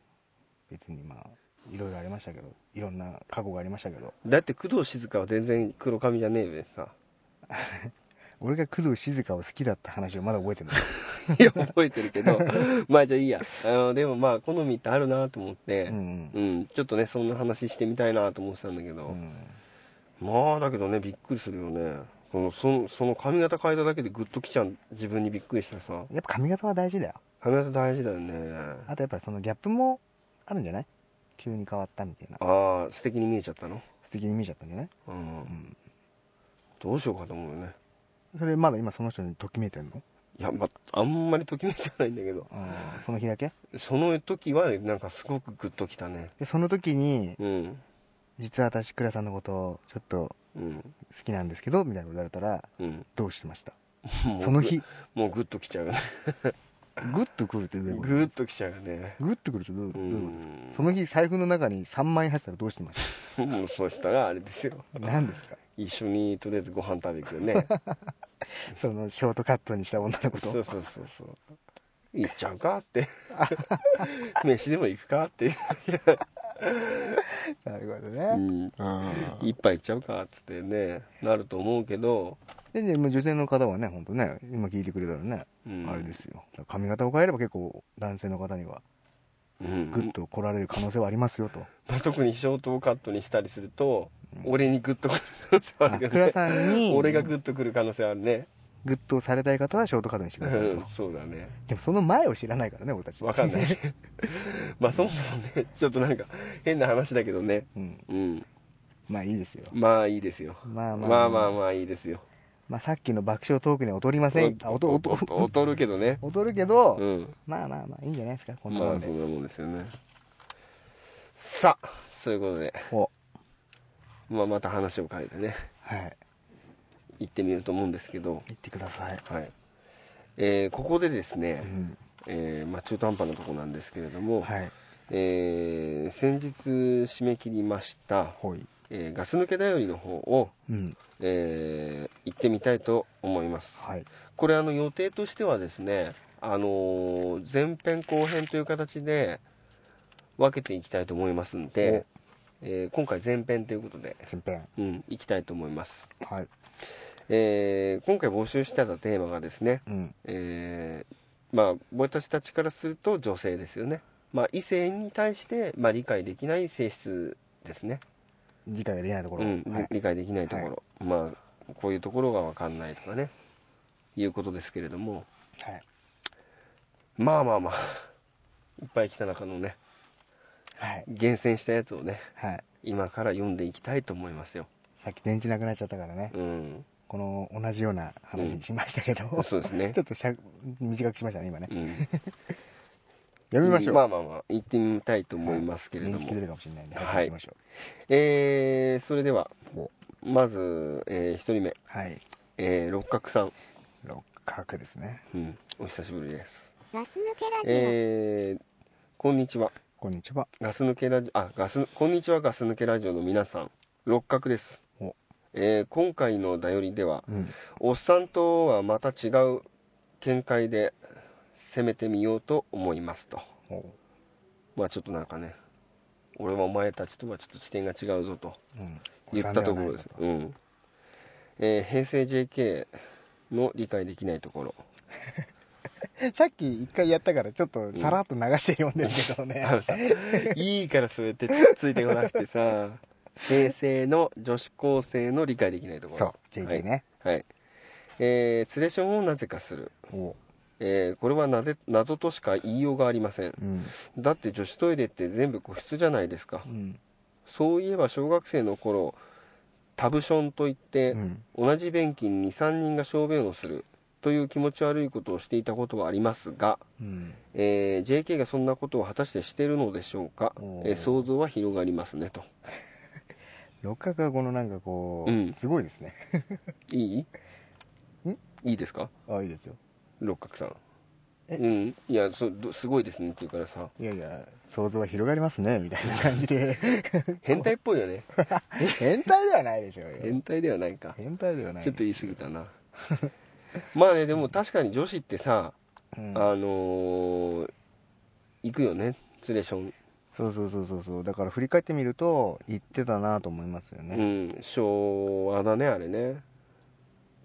Speaker 4: 別にまあいろいろありましたけどいろんな過去がありましたけど
Speaker 3: だって工藤静香は全然黒髪じゃねえべさ
Speaker 4: 俺が工藤静香を好きだった話をまだ覚えてな
Speaker 3: い
Speaker 4: い
Speaker 3: や覚えてるけ どまあじゃあいいやあのでもまあ好みってあるなと思って、
Speaker 4: うんうん
Speaker 3: うん、ちょっとねそんな話してみたいなと思ってたんだけど、
Speaker 4: うん
Speaker 3: まあだけどねびっくりするよねこのそのその髪型変えただけでグッときちゃう自分にびっくりしたさ
Speaker 4: やっぱ髪型は大事だよ
Speaker 3: 髪型大事だよね
Speaker 4: あとやっぱりそのギャップもあるんじゃない急に変わったみたいな
Speaker 3: ああ素敵に見えちゃったの、
Speaker 4: 素敵に見えちゃったんじゃない
Speaker 3: うん
Speaker 4: ん
Speaker 3: どうしようかと思うよね
Speaker 4: それまだ今その人にときめいてんの
Speaker 3: いやまああんまりときめいてないんだけど
Speaker 4: うんその日だけ
Speaker 3: その時はなんかすごくグッときたね
Speaker 4: でその時に
Speaker 3: うん
Speaker 4: 実は私倉さんのことちょっと
Speaker 3: うん
Speaker 4: 好きなんですけどみたいなこと言われたら
Speaker 3: うん
Speaker 4: どうしてました
Speaker 3: もう
Speaker 4: その日
Speaker 3: もうグッときちゃうね
Speaker 4: グッとくるってどういう
Speaker 3: グ
Speaker 4: こと
Speaker 3: ッときちゃうね
Speaker 4: グッとくるってどう
Speaker 3: う
Speaker 4: どういうことです
Speaker 3: ん
Speaker 4: かその日財布の中に3万円入ってたらどうしてまし
Speaker 3: もうそうしたらあれですよ
Speaker 4: た何ですか
Speaker 3: 一緒にとりあえずご飯食べ行くよね
Speaker 4: そのショートカットにした女の子
Speaker 3: そ
Speaker 4: と
Speaker 3: うそうそうそう行っちゃうかって 飯でも行くかって、
Speaker 4: なるほど
Speaker 3: う
Speaker 4: ね、
Speaker 3: ん、
Speaker 4: うん
Speaker 3: 一杯行っちゃうかっつってねなると思うけど、
Speaker 4: ででも女性の方はね本当ね今聞いてくれたらね、
Speaker 3: うん、
Speaker 4: あれですよだから髪型を変えれば結構男性の方には
Speaker 3: うん
Speaker 4: グッと来られる可能性はありますよと、
Speaker 3: まあ、特にショートカットにしたりすると、
Speaker 4: うん
Speaker 3: 俺にグッとくる可能性 はあ
Speaker 4: あ
Speaker 3: るけど、
Speaker 4: 倉
Speaker 3: ね、
Speaker 4: さんに
Speaker 3: 俺がグッとくる可能性あるね
Speaker 4: グッとされたい方はショートカットにして
Speaker 3: う
Speaker 4: くださいと、
Speaker 3: んそうだね
Speaker 4: でもその前を知らないからね俺たち
Speaker 3: わかんないまあそもそもねちょっとなんか変な話だけどね
Speaker 4: うん、
Speaker 3: うん
Speaker 4: まあいいですよ
Speaker 3: まあいいですよ
Speaker 4: まあまあ
Speaker 3: まあまあまあいいですよ
Speaker 4: まあさっきの爆笑トークには劣りませんあ劣
Speaker 3: おと おとるけどね
Speaker 4: 劣るけど、
Speaker 3: うん
Speaker 4: まあまあまあいいんじゃないですかこんな
Speaker 3: ま
Speaker 4: も
Speaker 3: あ
Speaker 4: んで、
Speaker 3: そんなもんですよねさあそういうことで、
Speaker 4: お
Speaker 3: まあ、また話を変えてね
Speaker 4: はい
Speaker 3: 行ってみようと思うんですけど、
Speaker 4: 行ってください、
Speaker 3: はいえーここでですね、
Speaker 4: うん、
Speaker 3: えーまあ、中途半端なとこなんですけれども、
Speaker 4: はい
Speaker 3: えー先日締め切りました、
Speaker 4: ほい
Speaker 3: えーガス抜けだよりの方を、
Speaker 4: うん
Speaker 3: えー行ってみたいと思います
Speaker 4: はい
Speaker 3: これあの予定としてはですね、あのー前編後編という形で分けていきたいと思いますんで、えー今回前編ということで、
Speaker 4: 先編
Speaker 3: うん、いきたいと思います、
Speaker 4: はい
Speaker 3: えー今回募集してたテーマがですね、
Speaker 4: うん
Speaker 3: えーまあ私たちからすると女性ですよね、まあ、異性に対して、まあ、理解できない性質ですね、
Speaker 4: 理解ができないとこ
Speaker 3: う
Speaker 4: ろ、
Speaker 3: ん
Speaker 4: はい
Speaker 3: 理解できないところ、まあこういうところが分かんないとかねいうことですけれども
Speaker 4: はい
Speaker 3: まあまあまあいっぱい来た中のね
Speaker 4: はい、
Speaker 3: 厳選したやつをね
Speaker 4: はい、
Speaker 3: 今から読んでいきたいと思いますよ
Speaker 4: さっき電池なくなっちゃったからね、
Speaker 3: うん
Speaker 4: この同じような話しましたけど、
Speaker 3: そうですね
Speaker 4: ちょっとしゃ短くしましたね今ね、
Speaker 3: うん
Speaker 4: やめましょう。
Speaker 3: まあまあまあ行ってみたいと思いますけれど
Speaker 4: 人気出
Speaker 3: も、
Speaker 4: るかもしれないんで、
Speaker 3: はい
Speaker 4: 行きましょう。
Speaker 3: えーそれでは
Speaker 4: お
Speaker 3: まず、え1人目、
Speaker 4: はい。
Speaker 3: えー六角さん、
Speaker 4: 六角ですね。
Speaker 3: うん、お久しぶりです
Speaker 5: ガス抜けラジオ、
Speaker 3: えーこんにちは
Speaker 4: こんにちは。
Speaker 3: ガス抜けラジオあガスこんにちはガス抜けラジオの皆さん六角です
Speaker 4: お、
Speaker 3: えー今回のだよりでは
Speaker 4: うん。
Speaker 3: おっさんとはまた違う見解で攻めてみようと思いますと
Speaker 4: おう
Speaker 3: まあちょっとなんかね俺はお前たちとはちょっと地点が違うぞと
Speaker 4: うん。
Speaker 3: 言ったところです
Speaker 4: おっさんはな
Speaker 3: う
Speaker 4: いかと
Speaker 3: んえー平成 JK の理解できないところ
Speaker 4: さっき一回やったから、ちょっとさらっと流して読んでるけど ね。
Speaker 3: あのさいいからそうやってつっついてこなくてさ平成の女子高生の理解できないとこ
Speaker 4: そう
Speaker 3: ろ、
Speaker 4: JK ね。
Speaker 3: はいえー、連れションをなぜかする、
Speaker 4: おう
Speaker 3: えーこれはなぜ謎としか言いようがありません
Speaker 4: うん。
Speaker 3: だって女子トイレって全部個室じゃないですか
Speaker 4: うん。
Speaker 3: そういえば小学生の頃タブションといって、
Speaker 4: うん。
Speaker 3: 同じ便器に3人が小便をするという気持ち悪いことをしていたことはありますが、
Speaker 4: うん。
Speaker 3: えー JK がそんなことを果たしてしているのでしょうか
Speaker 4: お、ー
Speaker 3: えー想像は広がりますねと
Speaker 4: 六角はこのなんかこ
Speaker 3: うん
Speaker 4: う、すごいですね。
Speaker 3: いい
Speaker 4: ん
Speaker 3: いいですか
Speaker 4: あ、いいですよ。
Speaker 3: 六角さん
Speaker 4: え
Speaker 3: うんいやそどすごいですねって言うからさ
Speaker 4: いやいや、想像は広がりますね、みたいな感じで。
Speaker 3: 変態っぽいよね
Speaker 4: 変態ではないでしょうよ。
Speaker 3: 変態ではないか
Speaker 4: 変態ではない。
Speaker 3: ちょっと言い過ぎたな まあねでも確かに女子ってさ、
Speaker 4: うん
Speaker 3: あのー行くよねツレション、
Speaker 4: そうそうそうそうそうだから振り返ってみると言ってたなと思いますよね、
Speaker 3: うん昭和だねあれね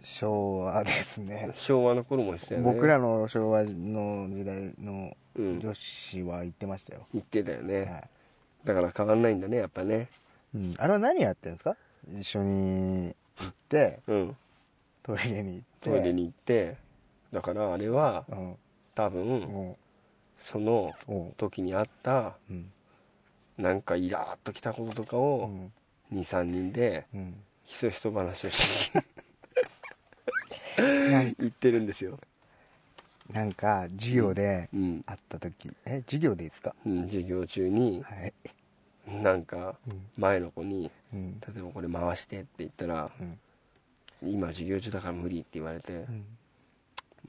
Speaker 4: 昭和ですね
Speaker 3: 昭和の頃もしたよね
Speaker 4: 僕らの昭和の時代の
Speaker 3: うん
Speaker 4: 女子は言ってましたよ、
Speaker 3: 言ってたよね、
Speaker 4: はい
Speaker 3: だから変わんないんだねやっぱね
Speaker 4: うん、あれは何やってるんですか一緒に行って
Speaker 3: うん
Speaker 4: トイレに行って
Speaker 3: トイレに行ってだからあれは
Speaker 4: うん
Speaker 3: 多分
Speaker 4: お
Speaker 3: その
Speaker 4: うおう
Speaker 3: 時にあった
Speaker 4: うん
Speaker 3: なんかイラーっときたこととか
Speaker 4: う
Speaker 3: を
Speaker 4: ん
Speaker 3: 23人で
Speaker 4: うん
Speaker 3: ひそひそ話をして
Speaker 4: なん
Speaker 3: 言ってるんですよ、
Speaker 4: なんか授業で
Speaker 3: うん
Speaker 4: 会った時え授業でいいですか
Speaker 3: うん、授業中に
Speaker 4: はい
Speaker 3: なんか
Speaker 4: うん
Speaker 3: 前の子に
Speaker 4: うん
Speaker 3: 例えばこれ回してって言ったら
Speaker 4: うん
Speaker 3: 今授業中だから無理って言われて
Speaker 4: うん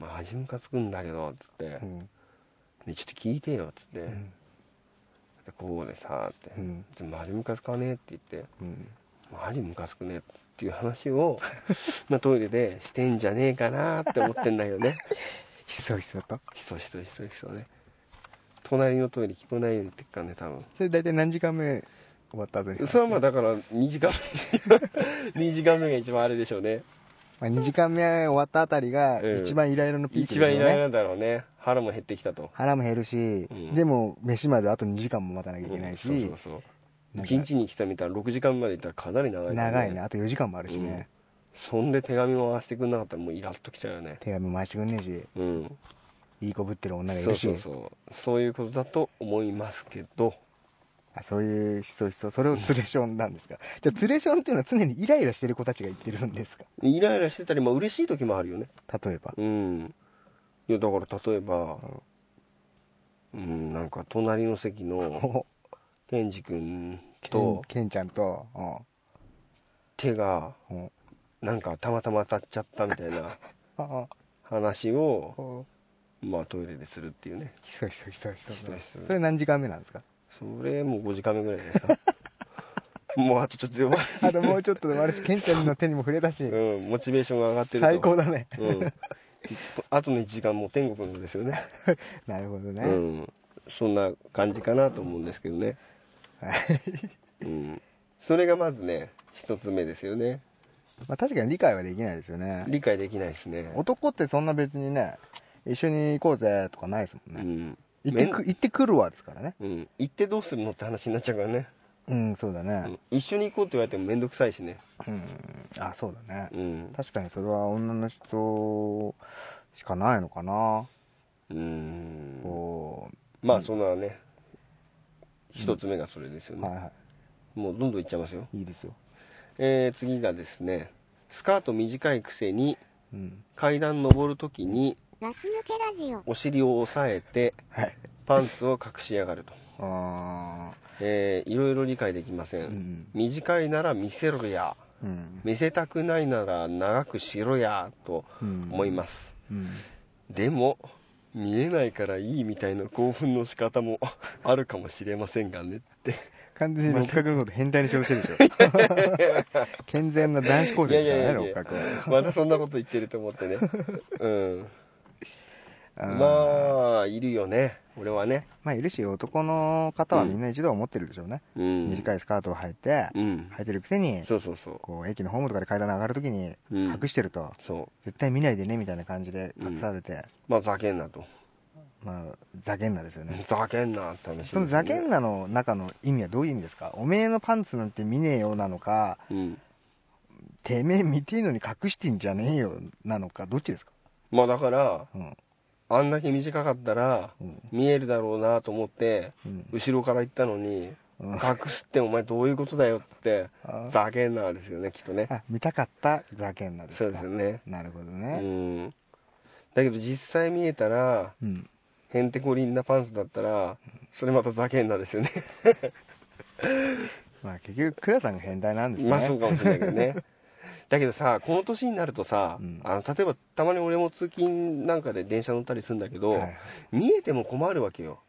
Speaker 3: 「まあ味ムカつくんだけど」っつって
Speaker 4: うん
Speaker 3: 「でちょっと聞いてよ」っつって
Speaker 4: う
Speaker 3: で
Speaker 4: ん
Speaker 3: 「こうでさ」って
Speaker 4: うん
Speaker 3: 「マジムカつかねえ」って言って
Speaker 4: うん
Speaker 3: マジムカつくねっていう話を まあトイレでしてんじゃねえかなって思ってんだけどね
Speaker 4: ひそひそと
Speaker 3: ひそひそひそひそね隣のトイレ聞こえないように言ってっからね多分
Speaker 4: それ大体何時間目終わった後です
Speaker 3: そ
Speaker 4: か
Speaker 3: れはまあだから2時間目 2時間目が一番あれでしょうね
Speaker 4: まあ、2時間目終わったあたりが
Speaker 3: うん
Speaker 4: 一番イライラのピー
Speaker 3: 一
Speaker 4: クですよ
Speaker 3: 番
Speaker 4: ね、
Speaker 3: いらなんだろうね腹も減ってきたと
Speaker 4: 腹も減るし、
Speaker 3: ん
Speaker 4: でも飯まであと2時間も待たなきゃいけないし、
Speaker 3: うんそうそうそう
Speaker 4: なんか
Speaker 3: 1日に来たみたいな6時間までいったらかなり長いからね
Speaker 4: 長いねあと4時間もあるしね、
Speaker 3: うんそんで手紙回してくんなかったらもうイラッときちゃうよね
Speaker 4: 手紙回してくんねえし
Speaker 3: うん
Speaker 4: いい子ぶってる女がい
Speaker 3: そう
Speaker 4: るし
Speaker 3: そうそうそういうことだと思いますけど
Speaker 4: あそういうひそひそそれをツレションなんですかじゃあツレションっていうのは常にイライラしてる子たちが言ってるんですか
Speaker 3: イライラしてたり、まあ嬉しい時もあるよね。
Speaker 4: 例えば
Speaker 3: うん。いや、だから例えば、うん、なんか隣の席 の
Speaker 4: お
Speaker 3: ケンジ君
Speaker 4: ケン
Speaker 3: と
Speaker 4: ケンちゃんとお
Speaker 3: 手が
Speaker 4: お
Speaker 3: なんかたまたま当たっちゃったみたいな
Speaker 4: あ
Speaker 3: 話を、
Speaker 4: お
Speaker 3: まあトイレでするっていうね。
Speaker 4: ひそひそひそひそ
Speaker 3: ひそひそ
Speaker 4: それ何時間目なんですか
Speaker 3: それもう5時間目ぐらいじゃないですか。 もうあとちょっとで終わ
Speaker 4: あともうちょっとでもある し、ケンちゃんの手にも触れたし、
Speaker 3: り。うん、モチベーションが上がってると。
Speaker 4: 最高だね。
Speaker 3: うん。あとの1時間もう天国のですよね。
Speaker 4: なるほどね。
Speaker 3: うん。そんな感じかなと思うんですけどね。
Speaker 4: はい
Speaker 3: うん、それがまずね一つ目ですよね
Speaker 4: まあ確かに理解はできないですよね。
Speaker 3: 理解できないですね、
Speaker 4: 男ってそんな別にね、一緒に行こうぜとかないですも
Speaker 3: うん
Speaker 4: ね。
Speaker 3: ん
Speaker 4: 行ってく、行ってくるわですからね。
Speaker 3: うん、行ってどうするのって話になっちゃうからね、
Speaker 4: うん、そうだ
Speaker 3: う
Speaker 4: ね
Speaker 3: ん。一緒に行こうって言われても面倒くさいしね、
Speaker 4: うん、あ、そうだね
Speaker 3: う。ん
Speaker 4: 確かにそれは女の人しかないのかな。
Speaker 3: うん、
Speaker 4: こ
Speaker 3: まあそんなね一つ目がそれですよ
Speaker 4: う、
Speaker 3: ね
Speaker 4: は、いは
Speaker 3: もうどんどん行っちゃいますよ、
Speaker 4: い。いいですよ。
Speaker 3: えー次がですねスカート短いくせに
Speaker 4: うん。
Speaker 3: 階段登るときに
Speaker 5: ガス抜けラジオ。
Speaker 3: お尻を押さえて
Speaker 4: はい。
Speaker 3: パンツを隠しやがると、
Speaker 4: あ
Speaker 3: えーいろいろ理解できません、
Speaker 4: ーうん。
Speaker 3: 短いなら見せろや
Speaker 4: うん。
Speaker 3: 見せたくないなら長くしろやと思います、
Speaker 4: す。うん。
Speaker 3: でも見えないからいいみたいな興奮の仕方もあるかもしれませんがねって
Speaker 4: 完全に六角のこと変態にしようとしてるでしょ。 健全な男子校ですからね、六角は。
Speaker 3: またそんなこと言ってると思 ってねうん
Speaker 4: あー
Speaker 3: まあいるよね俺はね
Speaker 4: まあ、いるし、男の方はみんな一度は思ってるでしょうね。
Speaker 3: うん
Speaker 4: 短いスカートを履いて、
Speaker 3: うん
Speaker 4: 履いてるくせに、
Speaker 3: そうそうそ
Speaker 4: こう、駅のホームとかで階段上がるときに、
Speaker 3: う、うん、
Speaker 4: 隠してると、
Speaker 3: そう
Speaker 4: 絶対見ないでね、みたいな感じで隠されて、
Speaker 3: まあざけんなと
Speaker 4: まあ、ざけんなですよね。
Speaker 3: ざけんなって話ですね
Speaker 4: そのざけんなの中の意味はどういう意味ですかおめえのパンツなんて見ねえよなのか、
Speaker 3: うん
Speaker 4: てめえ見てえのに隠してんじゃねえよなのか、どっちですか
Speaker 3: まあだから
Speaker 4: うん。
Speaker 3: あんだけ短かったら
Speaker 4: うん。
Speaker 3: 見えるだろうなと思って
Speaker 4: うん。
Speaker 3: 後ろから行ったのに
Speaker 4: うん
Speaker 3: 隠すってお前どういうことだよって
Speaker 4: あ
Speaker 3: ざけんなですよねきっとね
Speaker 4: あ見たかったざけんなですか
Speaker 3: そうですよね
Speaker 4: なるほど
Speaker 3: う
Speaker 4: ね。
Speaker 3: んだけど実際見えたら
Speaker 4: うん。
Speaker 3: へんてこりんなパンツだったらそれまたざけんなですよね
Speaker 4: まあ、結局、クラさんが変態なんですね。
Speaker 3: まあそうかもしれないけど ねだけどさこの年になるとさ、
Speaker 4: うん
Speaker 3: あの例えばたまに俺も通勤なんかで電車乗ったりするんだけど、
Speaker 4: はい
Speaker 3: 見えても困るわけよ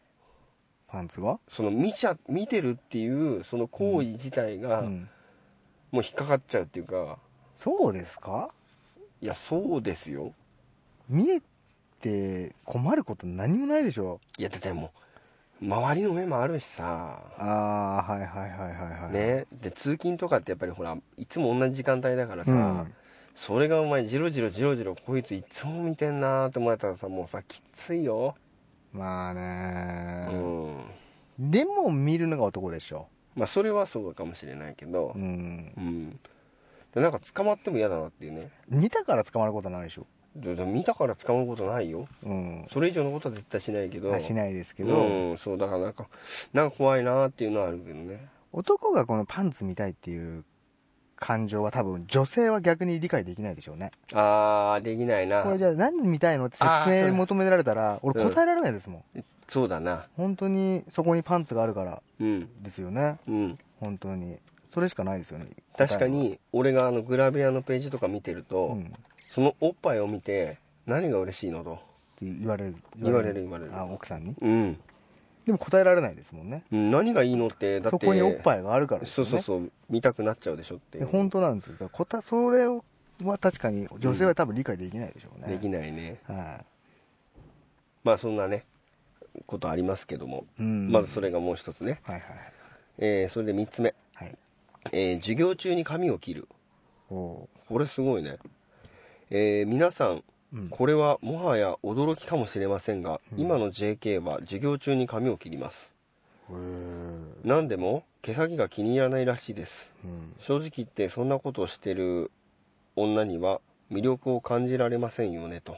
Speaker 4: パンツは
Speaker 3: その見ちゃ見てるっていうその行為自体が
Speaker 4: うん。
Speaker 3: もう引っかかっちゃうっていうか
Speaker 4: そうですか
Speaker 3: いやそうですよ
Speaker 4: 見えて困ること何もないでしょ
Speaker 3: いやでも周りの目もあるしさ
Speaker 4: ああ、はいはいはいはいはい。。
Speaker 3: ねで通勤とかってやっぱりほらいつも同じ時間帯だからさ、
Speaker 4: うん。
Speaker 3: それがお前ジロジロジロジロこいついつも見てんなーって思えたらさもうさきついよ
Speaker 4: まあ
Speaker 3: う
Speaker 4: ね
Speaker 3: ん、
Speaker 4: でも見るのが男でしょ。
Speaker 3: まあそれはそうかもしれないけど
Speaker 4: うん。
Speaker 3: うん、でなんか捕まっても嫌だなっていうね
Speaker 4: 見たから捕まることはないでしょ。
Speaker 3: でで見たから捕まることないよ
Speaker 4: うん。
Speaker 3: それ以上のことは絶対しないけど
Speaker 4: まあしないですけど、
Speaker 3: うん、そうだからなんかなんか怖いなーっていうのはあるけどね
Speaker 4: 男がこのパンツ見たいっていう感情は多分女性は逆に理解できないでしょうね。
Speaker 3: あーできないな
Speaker 4: これじゃあ何見たいのって説
Speaker 3: あーそう
Speaker 4: 明求められたら、俺
Speaker 3: うん
Speaker 4: 答えられないですもん。
Speaker 3: そうだな
Speaker 4: 本当にそこにパンツがあるから
Speaker 3: うん
Speaker 4: ですよね。
Speaker 3: うん
Speaker 4: 本当に。それしかないですよね。
Speaker 3: 確かに俺があのグラビアのページとか見てると、
Speaker 4: 答えは。うん。って
Speaker 3: そのおっぱいを見て何が嬉しいのと
Speaker 4: 言われる。
Speaker 3: 言われる言われる
Speaker 4: あ、奥さんに。
Speaker 3: うん
Speaker 4: でも答えられないですもんね。
Speaker 3: うん何がいいのってだって
Speaker 4: そこにおっ
Speaker 3: い
Speaker 4: ぱいがあるからです
Speaker 3: そ
Speaker 4: よ
Speaker 3: う
Speaker 4: ね。
Speaker 3: そうそう見たくなっちゃうでしょってい
Speaker 4: で
Speaker 3: う
Speaker 4: 本当なんですよ。だからこたそれは確かに女性は多分理解できないでしょうね。
Speaker 3: できないね
Speaker 4: は
Speaker 3: まあそんなねことありますけども、
Speaker 4: い。うん
Speaker 3: まずそれがもう一つね、
Speaker 4: はいはいはい。
Speaker 3: えーそれで3つ目、
Speaker 4: はい
Speaker 3: えー授業中に髪を切る
Speaker 4: お
Speaker 3: これすごいね、えー皆さん
Speaker 4: ううん。
Speaker 3: これはもはや驚きかもしれませんが、
Speaker 4: うん
Speaker 3: 今の JK は授業中に髪を切ります
Speaker 4: へー
Speaker 3: 何でも毛先が気に入らないらしいです
Speaker 4: うん。
Speaker 3: 正直言ってそんなことをしてる女には魅力を感じられませんよねと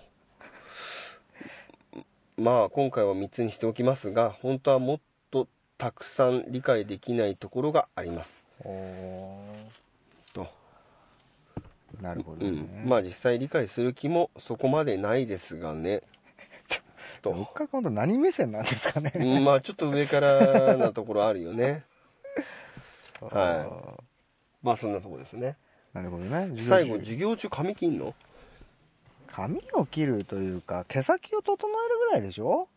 Speaker 3: まあ今回は3つにしておきますが本当はもっとたくさん理解できないところがあります
Speaker 4: お
Speaker 3: と、
Speaker 4: ーなるほど
Speaker 3: う
Speaker 4: ね。
Speaker 3: ん、まあ実際理解する気もそこまでないですが ねと
Speaker 4: 六角本当何目線なんですかね。
Speaker 3: うんまあちょっと上からなところあるよ ねは
Speaker 4: は
Speaker 3: まあそんなとこですね
Speaker 4: い。なるほどね。
Speaker 3: 最後授業中髪切んの
Speaker 4: 髪を切るというか、毛先を整えるぐらいで しょ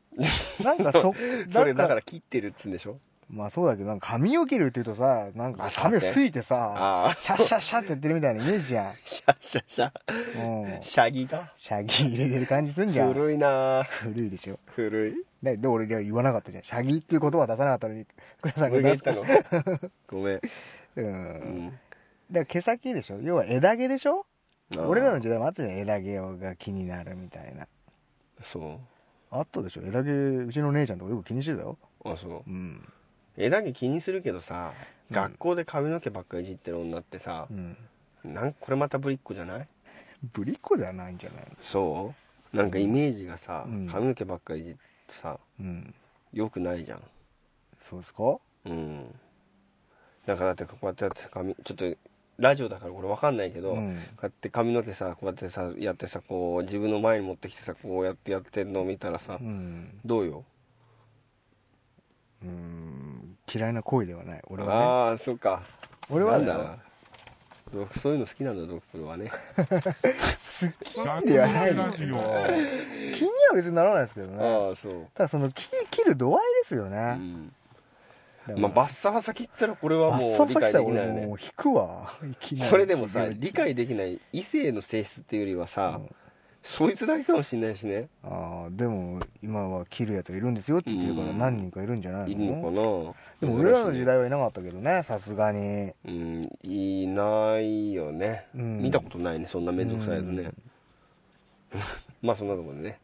Speaker 4: なんかそ、。
Speaker 3: それだからら切ってるっつうんでしょ
Speaker 4: まあそうだけど、なんか髪を切るっていうとさ、なん
Speaker 3: あ
Speaker 4: か
Speaker 3: そうだ
Speaker 4: 髪
Speaker 3: ね
Speaker 4: をすいてさ、
Speaker 3: ああ
Speaker 4: シャッシャッシャってやってるみたいなイメージ じゃん。
Speaker 3: シャシャシャ
Speaker 4: うん。
Speaker 3: シャギが
Speaker 4: シャギ入れてる感じすんじゃん。
Speaker 3: 古いなあ
Speaker 4: 古いでしょ。
Speaker 3: 古い
Speaker 4: で、で俺では言わなかったじゃん。シャギっていう言葉は出さなかったのに、倉さんが
Speaker 3: 俺が
Speaker 4: 出
Speaker 3: 言っ
Speaker 4: す
Speaker 3: たの ごめん、
Speaker 4: う。
Speaker 3: うん
Speaker 4: だ
Speaker 3: ん
Speaker 4: から毛先でしょ要は枝毛でしょ俺らの
Speaker 3: じ
Speaker 4: 時代もあったじゃん。枝毛が気になるみたいな。
Speaker 3: ゃそう
Speaker 4: あったでしょ枝毛、うちの姉ちゃんとかよく気にしてたよ。
Speaker 3: あそう
Speaker 4: うん。
Speaker 3: 枝毛気にするけどさ、
Speaker 4: うん
Speaker 3: 学校で髪の毛ばっかいじってる女ってさ
Speaker 4: う、ん。
Speaker 3: なんこれまたぶりっ子じゃない
Speaker 4: ぶりっ子ではないんじゃない
Speaker 3: そうなんかイメージがさ、
Speaker 4: うん
Speaker 3: 髪の毛ばっかいじってさ
Speaker 4: うん。
Speaker 3: よくないじゃん
Speaker 4: そうですか
Speaker 3: うんなんかだってこうやってやって髪ちょっとラジオだからこれわかんないけど、
Speaker 4: う
Speaker 3: こ
Speaker 4: ん
Speaker 3: うやって髪の毛さこうやってさやってさこう自分の前に持ってきてさこうやってやってんのを見たらさ、
Speaker 4: うん
Speaker 3: どうよ
Speaker 4: うん嫌いな行為ではない俺はね
Speaker 3: ああそっか
Speaker 4: 俺は
Speaker 3: なん
Speaker 4: ね
Speaker 3: だなドクそういうの好きなんだドクプロはね
Speaker 1: ガス
Speaker 4: では
Speaker 1: 抜
Speaker 4: ない
Speaker 1: け
Speaker 4: んだ
Speaker 1: ラ
Speaker 4: け
Speaker 1: ジ
Speaker 4: ど
Speaker 1: オ
Speaker 4: 気には別にならないですけどね
Speaker 3: ああそう、
Speaker 4: ただその切切る度合いですよ
Speaker 3: う
Speaker 4: ね、
Speaker 3: ん
Speaker 4: だから
Speaker 3: まあ、バッサー先っったらこれはもう理解できないよね
Speaker 4: もう引くわ。いきなり
Speaker 3: これでもさ
Speaker 4: いきなり
Speaker 3: 理解できない異性の性質っていうよりはさ、
Speaker 4: うん
Speaker 3: そいつだけかもしれないしね
Speaker 4: ああ、でも今は切るやつがいるんですよって言ってるから
Speaker 3: うん
Speaker 4: 何人かいるんじゃないの
Speaker 3: いるのか
Speaker 4: で
Speaker 3: な
Speaker 4: も俺らの時
Speaker 3: 珍し
Speaker 4: 代はいなかったけどね、さすがに。
Speaker 3: いねうんいないよね、
Speaker 4: うん
Speaker 3: 見たことないねそんな面倒くさいやつね、 まあそんなところでね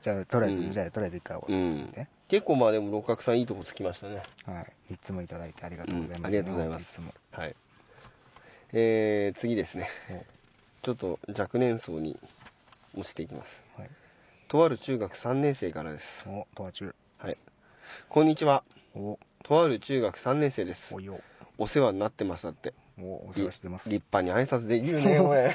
Speaker 4: じゃあ、とりあえず、
Speaker 3: うん
Speaker 4: じゃあ、とりあえず一回終
Speaker 3: う
Speaker 4: わ
Speaker 3: ん
Speaker 4: ね
Speaker 3: 結構まあでも六角さんいいとこつきましたね
Speaker 4: る。はい。いつもいただいてありがとうございます。
Speaker 3: うんありがとうございます
Speaker 4: つも。
Speaker 3: はいえー、次ですね
Speaker 4: お
Speaker 3: ちょっと若年層に落ちていきます
Speaker 4: はい。
Speaker 3: とある中学3年生からです
Speaker 4: お、とわ中。
Speaker 3: はいこんにちは
Speaker 4: お、
Speaker 3: とある中学3年生です
Speaker 4: およ。
Speaker 3: お世話になってますだって
Speaker 4: お、お世話してます。
Speaker 3: 立派に挨拶できる ねこれ、
Speaker 4: はいはい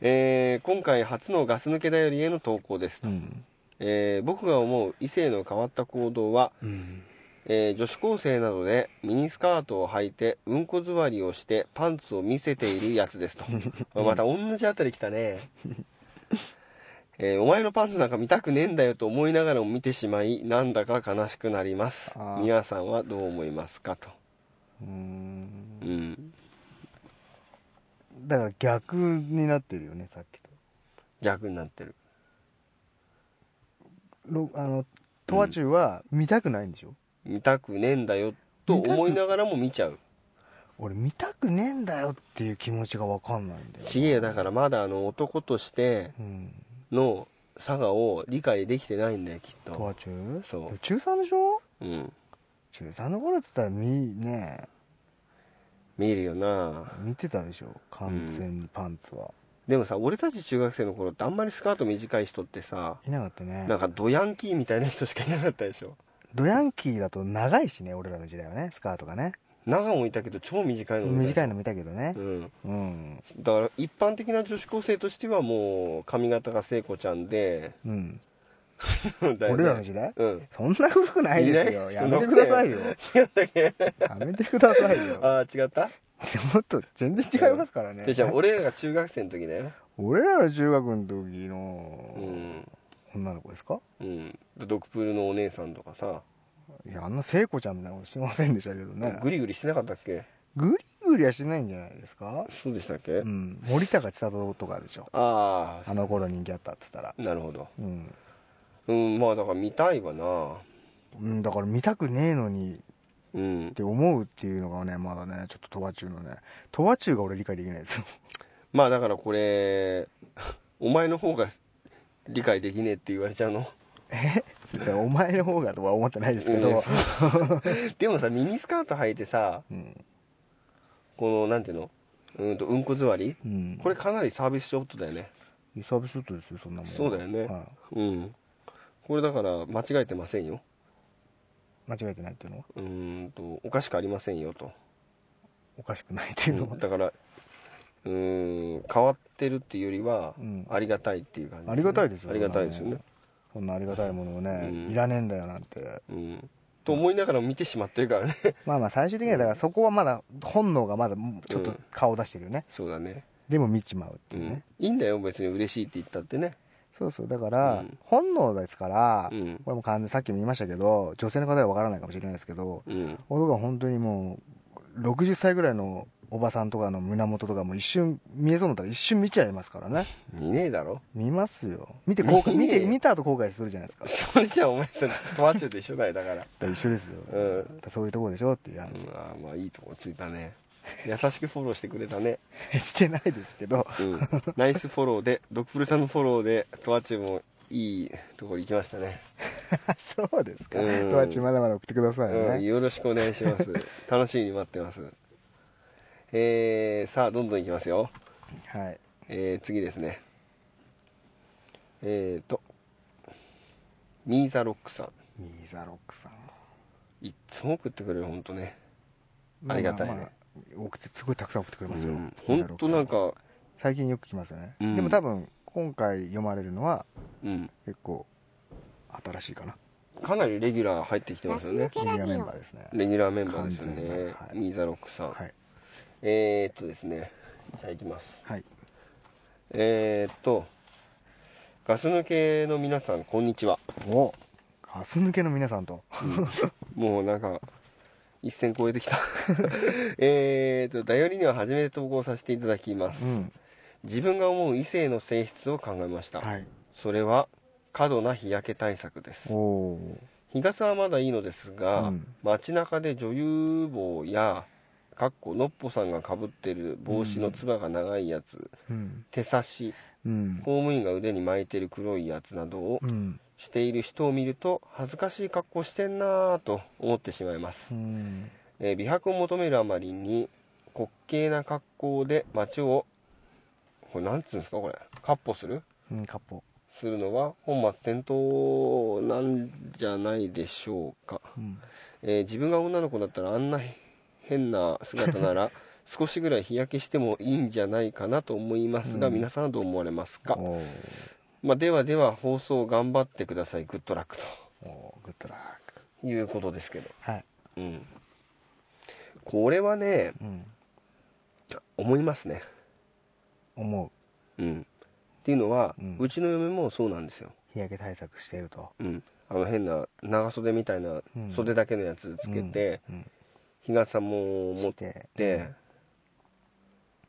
Speaker 3: えー今回初のガス抜けだよりへの投稿ですと、
Speaker 4: うん。
Speaker 3: えー僕が思う異性の変わった行動は、
Speaker 4: うん。
Speaker 3: えー女子高生などでミニスカートを履いてうんこ座りをしてパンツを見せているやつ ですとまた同じあたり来たねえーお前のパンツなんか見たくねえんだよと思いながらも見てしまいなんだか悲しくなります
Speaker 4: あー
Speaker 3: 皆さんはどう思いますかと
Speaker 4: うーん
Speaker 3: うん
Speaker 4: だから逆になってるよね、さっきと。
Speaker 3: 逆になってる
Speaker 4: ろあの、とわ中は見たくないんでしょ
Speaker 3: 見たくねえんだよと思いながらも見ちゃう
Speaker 4: 俺見たくねえんだよっていう気持ちが分かんないんだよ
Speaker 3: ちげえよだからまだあの男として
Speaker 4: うん
Speaker 3: の佐賀を理解できてないんだよきっ
Speaker 4: と
Speaker 3: と
Speaker 4: は中
Speaker 3: そう
Speaker 4: でも中3でしょ
Speaker 3: うん
Speaker 4: 中3の頃って言ったら見ね
Speaker 3: 見るよな
Speaker 4: え見てたでしょ完全にパンツは、
Speaker 3: でもさ俺たち中学生の頃ってあんまりスカート短い人ってさ
Speaker 4: いなかったね
Speaker 3: なんかドヤンキーみたいな人しかいなかったでしょ
Speaker 4: ドヤンキーだと長いしね俺らの時代はねスカートがね
Speaker 3: 長もいたけど超短いの
Speaker 4: 短
Speaker 3: い
Speaker 4: いの見たけどね
Speaker 3: うん
Speaker 4: うん
Speaker 3: だから一般的な女子高生としてはもう髪型が聖子ちゃんで
Speaker 4: うん、
Speaker 3: だよね
Speaker 4: 俺らの時代
Speaker 3: うん
Speaker 4: そんな古くないですよ
Speaker 3: い
Speaker 4: や
Speaker 3: ない
Speaker 4: めてくださいよ
Speaker 3: 違ったっけ
Speaker 4: やめてくださいよ
Speaker 3: ああ違った
Speaker 4: もっと全然違いますからね
Speaker 3: でじゃあ俺らが中学生の時だよ、
Speaker 4: 俺らの中学の時
Speaker 3: う
Speaker 4: の
Speaker 3: ん
Speaker 4: 女の子ですか
Speaker 3: うん、ドクプールのお姉さんとかさ、
Speaker 4: いや、あんな聖子ちゃんみたいなことしてませんでしたけどね。
Speaker 3: グリグリしてなかったっけ
Speaker 4: ぐりぐりはしてないんじゃないですか
Speaker 3: そうでしたっけ、
Speaker 4: うん。森高千里とかでしょ。
Speaker 3: あ
Speaker 4: あの頃人気あったって言ったら。
Speaker 3: あなるほど
Speaker 4: うん。
Speaker 3: うんまあだから見たいわな
Speaker 4: うん、だから見たくねえのに
Speaker 3: うん
Speaker 4: って思うっていうのがね、まだね、ちょっととわ中のね。とわ中が俺理解できないですよ。
Speaker 3: まあだからこれ お前の方が理解できねえって言われちゃうの
Speaker 4: それお前の方がとは思ってないですけ
Speaker 3: うん
Speaker 4: ど
Speaker 3: そ。でもさミニスカート履いてさ
Speaker 4: うん。
Speaker 3: このなんていうのうんとうんこ座り
Speaker 4: うん。
Speaker 3: これ、かなりサービスショットだよね
Speaker 4: サーブショットですよ、そんなもん。
Speaker 3: そうだよね
Speaker 4: は
Speaker 3: うんこれだから間違えてませんよ
Speaker 4: い。間違えてないっていうのは
Speaker 3: うーんとおかしくありませんよと
Speaker 4: おかしくないっていうのは。
Speaker 3: だからうーん変わってるっていうよりは、
Speaker 4: うん
Speaker 3: ありがたいっていう感じ、
Speaker 4: ありがたいですよ
Speaker 3: ありがたいですよね、
Speaker 4: そんなありがたいものをね、
Speaker 3: うん
Speaker 4: いらねえんだよなんて。
Speaker 3: うん、と思いながら見てしまってるからね
Speaker 4: まあまあ最終的にはだからそこはまだ本能がまだもうちょっと顔出してるよね、
Speaker 3: そうだね、
Speaker 4: でも見ちまうって
Speaker 3: う
Speaker 4: い
Speaker 3: ん
Speaker 4: うね、
Speaker 3: いいんだよ別に嬉しいって言ったってね
Speaker 4: そうそうだから
Speaker 3: うん
Speaker 4: 本能ですから、
Speaker 3: うん
Speaker 4: これも完全にさっきも言いましたけど女性の方はわからないかもしれないですけど
Speaker 3: うん
Speaker 4: 男が本当にもう60歳ぐらいのおばさんとかの胸元とかも一瞬見えそうになったら一瞬見ちゃいますからね
Speaker 3: 見ねえだろ
Speaker 4: 見ますよ見て後悔
Speaker 3: 見
Speaker 4: 見
Speaker 3: ねえ
Speaker 4: て見た後後悔するじゃないですか
Speaker 3: それじゃあお前それ友達と一緒だよだから、
Speaker 4: だから一緒ですよ、
Speaker 3: うん
Speaker 4: だからそういうところでしょっていう
Speaker 3: う
Speaker 4: 話、
Speaker 3: ん、あーまあいいとこついたね優しくフォローしてくれたね、
Speaker 4: してないです けど
Speaker 3: うん、ナイスフォローでドクプルさんのフォローでトワチュもいいところ行きましたね
Speaker 4: そうですか、
Speaker 3: うん
Speaker 4: とはちまだまだ送ってくださいね、
Speaker 3: うん、よろしくお願いし ます楽しみに待ってますえー、さあどんどんいきますよ、
Speaker 4: はい
Speaker 3: えー、次ですねえーとミーザロックさん
Speaker 4: ミーザロックさん
Speaker 3: いっつも送ってくれるほんとねありがたいね
Speaker 4: まあまあ多くて、すごいたくさん送ってくれます
Speaker 3: う
Speaker 4: よ。
Speaker 3: ん本当なんか、
Speaker 4: 最近よく来ますよね。
Speaker 3: うん
Speaker 4: でも多分、今回読まれるのは、
Speaker 3: うん、
Speaker 4: 結構、新しいかな。
Speaker 3: かなりレギュラー入ってきてますよね
Speaker 4: レギュラーメンバーですね。
Speaker 3: レギュラーメンバーですよ
Speaker 4: 完全
Speaker 3: ね
Speaker 4: なはい
Speaker 3: ミーザロックさん、
Speaker 4: はい。
Speaker 3: えー、っとですねじゃあいきます
Speaker 4: はい。
Speaker 3: えー、っとガス抜けの皆さんこんにちは
Speaker 4: おガス抜けの皆さんと。
Speaker 3: もうなんか一線超えてきた えーとだよりには初めて投稿させていただきます、
Speaker 4: うん。
Speaker 3: 自分が思う異性の性質を考えました、
Speaker 4: はい。
Speaker 3: それは過度な日焼け対策です
Speaker 4: おお
Speaker 3: 日傘はまだいいのです
Speaker 4: ー。
Speaker 3: が、
Speaker 4: うん。
Speaker 3: 街中で女優帽やかっこのっぽさんがかぶってる帽子のつばが長いやつ、
Speaker 4: うん。
Speaker 3: 手差し
Speaker 4: うん。
Speaker 3: 公務員が腕に巻いてる黒いやつなどを
Speaker 4: うん。
Speaker 3: している人を見ると恥ずかしい格好してんなぁと思ってしまいます
Speaker 4: うん。
Speaker 3: えー美白を求めるあまりに滑稽な格好で街をこれなんつうんですかこれ闊歩する
Speaker 4: うん。かっぽ。
Speaker 3: するのは本末転倒なんじゃないでしょうか、
Speaker 4: うん。
Speaker 3: えー自分が女の子だったらあんな変な姿な ら少しぐらい日焼けしてもいいんじゃないかなと思いますが、
Speaker 4: うん
Speaker 3: 皆さんはどう思われますか、
Speaker 4: おー
Speaker 3: まあ、ではでは放送頑張ってくださいグッドラック
Speaker 4: おーグッドラック。
Speaker 3: ということですけど、
Speaker 4: はい。
Speaker 3: うん、これはね
Speaker 4: うん。
Speaker 3: 思いますね
Speaker 4: 思う。
Speaker 3: うん、っていうのは、
Speaker 4: う
Speaker 3: うんちの嫁もそうなんですよ、
Speaker 4: 日焼け対策してると。
Speaker 3: うん、あの変な長袖みたいな
Speaker 4: うん
Speaker 3: 袖だけのやつつけて、
Speaker 4: うん。
Speaker 3: 日傘も持っ
Speaker 4: して
Speaker 3: て、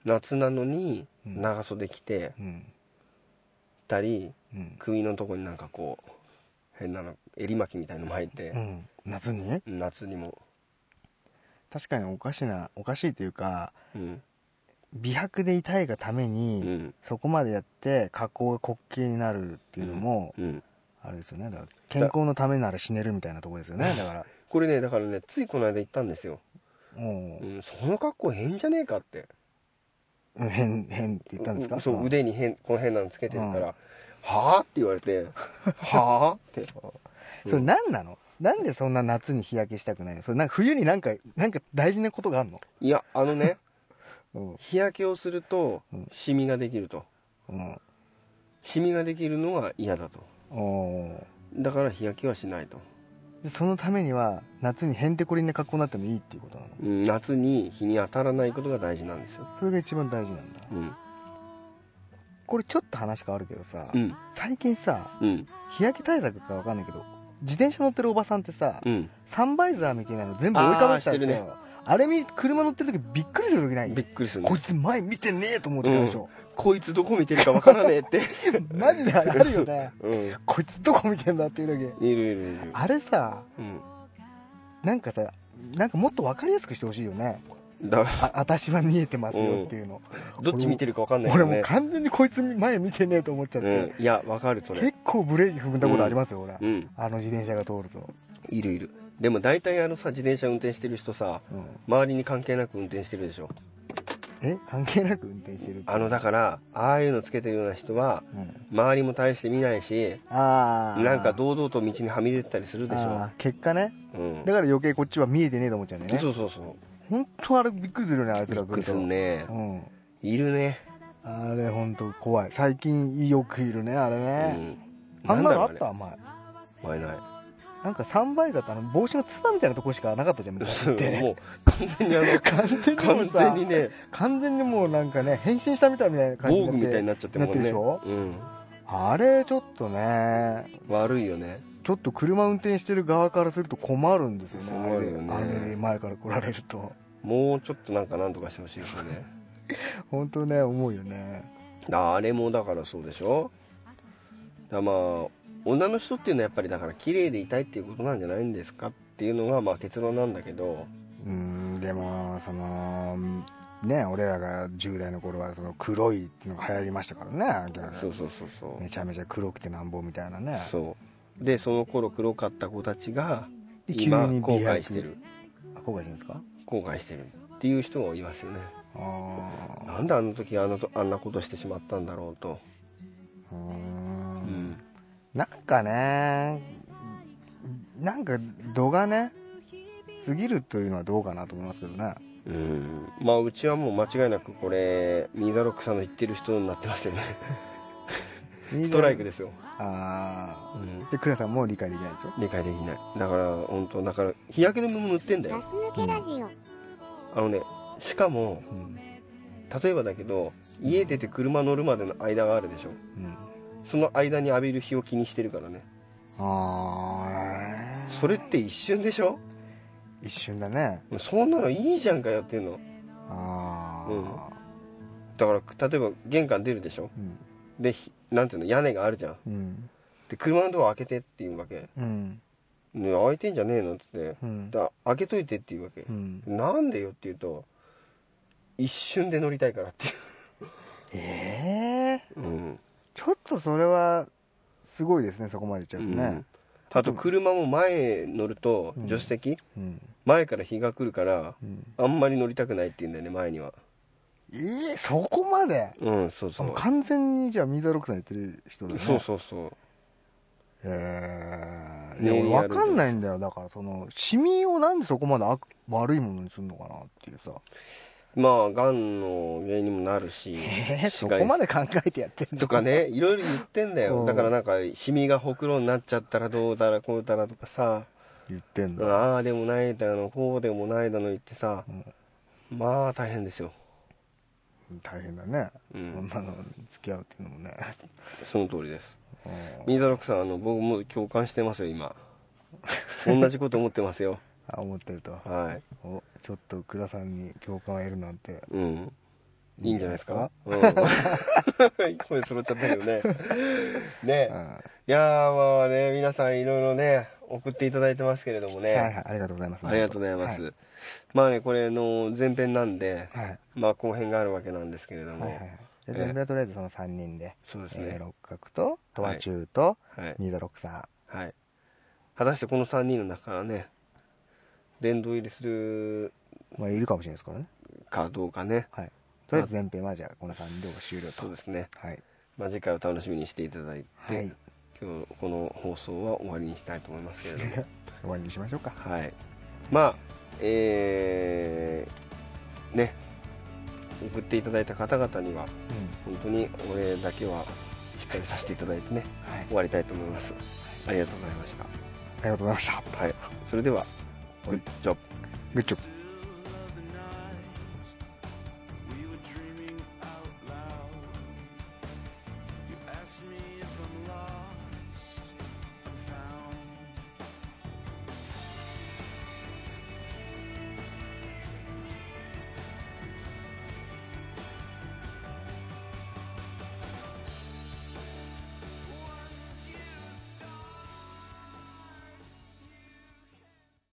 Speaker 3: 夏なのに
Speaker 4: うん
Speaker 3: 長袖着て
Speaker 4: うん。
Speaker 3: たり
Speaker 4: うん。
Speaker 3: 首のとこになんかこう変なの襟巻きみたいの巻いて
Speaker 4: う、ん。夏に
Speaker 3: 夏にも、
Speaker 4: 確かにおかしな、おかしいというか、
Speaker 3: うん
Speaker 4: 美白で痛いがため
Speaker 3: う
Speaker 4: に、
Speaker 3: ん
Speaker 4: そこまでやって加工が滑稽になるっていうのも、
Speaker 3: うん、
Speaker 4: あれですよねだから健康のためなら死ねるみたいなところですよねだから
Speaker 3: これねだからねついこの間行ったんですよ、
Speaker 4: も
Speaker 3: うん、その格好変じゃねえかって
Speaker 4: う変変って言ったんですか
Speaker 3: そう
Speaker 4: うん
Speaker 3: 腕に変この変なのつけてるから、
Speaker 4: うん
Speaker 3: はあって言われて はあって
Speaker 4: それ何なのなんでそんな夏に日焼けしたくないのそれなんか冬になんかなんか大事なことがあるの
Speaker 3: いやあのね
Speaker 4: うん
Speaker 3: 日焼けをすると
Speaker 4: うん
Speaker 3: シミができると
Speaker 4: うん
Speaker 3: シミができるのが嫌だと
Speaker 4: おー
Speaker 3: だから日焼けはしないと、
Speaker 4: でそのためには夏にへんてこりんな格好になってもいいっていうことなの
Speaker 3: うん、夏に日に当たらないことが大事なんですよ
Speaker 4: それが一番大事なんだ
Speaker 3: うん
Speaker 4: これちょっと話変わるけどさ、
Speaker 3: うん
Speaker 4: 最近さ
Speaker 3: うん
Speaker 4: 日焼け対策かわかんないけど自転車乗ってるおばさんってさ、
Speaker 3: うん
Speaker 4: サンバイザーみたいなの全部追いかぶってた
Speaker 3: あーし
Speaker 4: んです
Speaker 3: てる
Speaker 4: よあれ見車乗ってる時びっくりする時ない
Speaker 3: びっくりするね
Speaker 4: こいつ前見てねえと思ってたでしょ、
Speaker 3: こいつどこ見てるかわからねえって
Speaker 4: マジであるよね
Speaker 3: うん
Speaker 4: こいつどこ見てんだっていう時
Speaker 3: いるいるいる
Speaker 4: あれさ
Speaker 3: うん
Speaker 4: なんかさなんかもっと分かりやすくしてほしいよね
Speaker 3: だ
Speaker 4: あ私は見えてますよっていうの、
Speaker 3: どっち見てるかわかんない
Speaker 4: 俺
Speaker 3: よ
Speaker 4: もう
Speaker 3: ね
Speaker 4: 完全にこいつ前見てねえと思っちゃって、
Speaker 3: うんいやわかるそれ
Speaker 4: 結構ブレーキ踏んだことありますよ、俺
Speaker 3: うん
Speaker 4: あの自転車が通ると、
Speaker 3: いるいるでも大体あのさ自転車運転してる人さ
Speaker 4: うん
Speaker 3: 周りに関係なく運転してるでしょ
Speaker 4: え関係なく運転してるって
Speaker 3: あのだからああいうのつけてるような人は
Speaker 4: うん
Speaker 3: 周りも大して見ないし
Speaker 4: ああ
Speaker 3: なんか堂々と道にはみ出てたりするでしょ、
Speaker 4: 結果ね
Speaker 3: うん
Speaker 4: だから余計こっちは見えてねえと思っちゃうんだよね
Speaker 3: そうそうそ
Speaker 4: 本当あれびっくりするよねあいうつ
Speaker 3: び
Speaker 4: ら
Speaker 3: っ
Speaker 4: 来
Speaker 3: く
Speaker 4: る
Speaker 3: り
Speaker 4: と
Speaker 3: するね
Speaker 4: うん
Speaker 3: いるね、
Speaker 4: あれ本当怖い最近よくいるねあれ
Speaker 3: う
Speaker 4: ね、
Speaker 3: ん、
Speaker 4: あんなのあ
Speaker 3: な
Speaker 4: っ
Speaker 3: んだ
Speaker 4: た
Speaker 3: ろう
Speaker 4: お前
Speaker 3: あれない
Speaker 4: なんか3倍だったの帽子のつばみたいなとこしかなかったじ ゃん昔って
Speaker 3: もう完全にあの
Speaker 4: 完全にもう
Speaker 3: 完全
Speaker 4: さ
Speaker 3: にね
Speaker 4: 完全にもうなんかね変身したみたいな感じ
Speaker 3: 防具みたいにな
Speaker 4: な
Speaker 3: っちゃってもうね
Speaker 4: なっ
Speaker 3: うん、
Speaker 4: あれちょっとね
Speaker 3: 悪いよね
Speaker 4: ちょっと車運転してる側からすると困るんですよね
Speaker 3: 困るよね
Speaker 4: あれであれで前から来られると
Speaker 3: もうちょっとなんかなんとかしてほしいですよね
Speaker 4: 本当ね思うよね
Speaker 3: あれもだからそうでしょだからまあ女の人っていうのはやっぱりだから綺麗でいたいっていうことなんじゃないんですかっていうのがまあ結論なんだけど
Speaker 4: うーんでもそのね俺らが10代の頃はその黒いってのが流行りましたからね
Speaker 3: そうそうそうそう
Speaker 4: めちゃめちゃ黒くてなんぼみたいなね
Speaker 3: そうでその頃黒かった子たちが
Speaker 4: で
Speaker 3: 今
Speaker 4: 急に
Speaker 3: 後
Speaker 4: 美白
Speaker 3: 悔してる
Speaker 4: あ後悔してるんですか
Speaker 3: 後悔してるっていう人がいますよね
Speaker 4: あー
Speaker 3: なんであの時あのとあんなことしてしまったんだろうと、
Speaker 4: うー
Speaker 3: うんん
Speaker 4: なんかねなんか度がね過ぎるというのはどうかなと思いますけどね
Speaker 3: うんまあうちはもう間違いなくこれミーザロックさんの言ってる人になってますよねストライクですよ、
Speaker 4: あ
Speaker 3: う
Speaker 4: あ
Speaker 3: ん、
Speaker 4: で倉さんも理解できないでしょ
Speaker 3: 理解できないだから本当だから日焼け止めも塗ってんだ
Speaker 5: ガ
Speaker 3: よ
Speaker 5: ス抜けラジオ。
Speaker 3: あのねしかも
Speaker 4: うん
Speaker 3: 例えばだけど家出て車乗るまでの間があるでしょ
Speaker 4: うん
Speaker 3: その間に浴びる日を気にしてるからね
Speaker 4: ああ
Speaker 3: それって一瞬でしょ
Speaker 4: 一瞬だね
Speaker 3: そんなのいいじゃんかやってんの
Speaker 4: ああ
Speaker 3: だから例えば玄関出るでしょ
Speaker 4: うん
Speaker 3: でひなんていうの屋根があるじゃん
Speaker 4: うん
Speaker 3: で車のドア開けてって言うわけ、
Speaker 4: うん
Speaker 3: ね、開いてんじゃねえのって言って
Speaker 4: うん
Speaker 3: だ開けといてって言うわけ
Speaker 4: う、ん
Speaker 3: なんでよって言うと一瞬で乗りたいからってい
Speaker 4: ええ
Speaker 3: う、うん
Speaker 4: ちょっとそれはすごいですねそこまでいっちゃうと
Speaker 3: うん
Speaker 4: ね
Speaker 3: あと車も前乗ると
Speaker 4: うん
Speaker 3: 助手席、
Speaker 4: うん
Speaker 3: 前から日が来るから
Speaker 4: うん
Speaker 3: あんまり乗りたくないって言うんだよね前には
Speaker 4: ええそこまで
Speaker 3: うんそうそ
Speaker 4: もう
Speaker 3: う
Speaker 4: 完全にじゃあミザロックさん言ってる人だね
Speaker 3: そうそうそう
Speaker 4: ええ
Speaker 3: ね
Speaker 4: いや俺分かんないんだよだからそのシミをなんでそこまで悪悪いものにするのかなっていうさ
Speaker 3: まあがんの原因にもなるし
Speaker 4: ええ
Speaker 3: 紫
Speaker 4: そ
Speaker 3: 外
Speaker 4: こ
Speaker 3: 線
Speaker 4: まで考えてやってんの
Speaker 3: とかねいろいろ言ってんだ
Speaker 4: う
Speaker 3: よ
Speaker 4: ん
Speaker 3: だからなんかシミがほくろになっちゃったらどうだらこうだらとかさ
Speaker 4: 言ってんだ
Speaker 3: ああでもないだのこうでもないだの言ってさ
Speaker 4: うん
Speaker 3: まあ大変ですよ、
Speaker 4: 大変だね、
Speaker 3: う
Speaker 4: そん
Speaker 3: ん、
Speaker 4: なのに付き合うっていうのもね
Speaker 3: その通りです
Speaker 4: うん
Speaker 3: ミーザロックさんあの僕も共感してますよ今同じこと思ってますよ
Speaker 4: あ思ってると
Speaker 3: はい
Speaker 4: おちょっと倉さんに共感を得るなんて
Speaker 3: うんいいんじゃないですか、うん、声揃っちゃったけどねね
Speaker 4: うん
Speaker 3: いやーまあね皆さんいろいろね送っていただいてますけれどもね、
Speaker 4: はいはい、ありがとうございます。
Speaker 3: ありがとうございます、
Speaker 4: は
Speaker 3: まあねこれの前編なんで
Speaker 4: はい。はい
Speaker 3: まあ後編があるわけなんですけれども、
Speaker 4: はいはい。じゃあ、全部はとりあえずその3人で、
Speaker 3: そうです
Speaker 4: えー
Speaker 3: ね、
Speaker 4: 六角と、トワチューと、
Speaker 3: はい、
Speaker 4: ニーザロックさ
Speaker 3: はい、果たしてこの3人の中からね殿堂入りする
Speaker 4: ん、まあ、いるかもしれないですからね。
Speaker 3: かどうかね
Speaker 4: とりあえず前編はじゃあ、この3人で終了
Speaker 3: そう
Speaker 4: と。
Speaker 3: ですね、
Speaker 4: はい。
Speaker 3: まあ、次回を楽しみにしていただいて、
Speaker 4: はい。
Speaker 3: 今日この放送は終わりにしたいと思いますけれども
Speaker 4: 終わりにしましょうか。
Speaker 3: はいまあえー、ね送っていただいた方々には
Speaker 4: うん。
Speaker 3: 本当にお礼だけはしっかりさせていただいてね
Speaker 4: はい。あり
Speaker 3: 終わりたいと思いますありがとうございまし
Speaker 4: がとうございました。
Speaker 3: たはいそれでは
Speaker 4: はい
Speaker 3: じゃあ
Speaker 4: グッチョブ。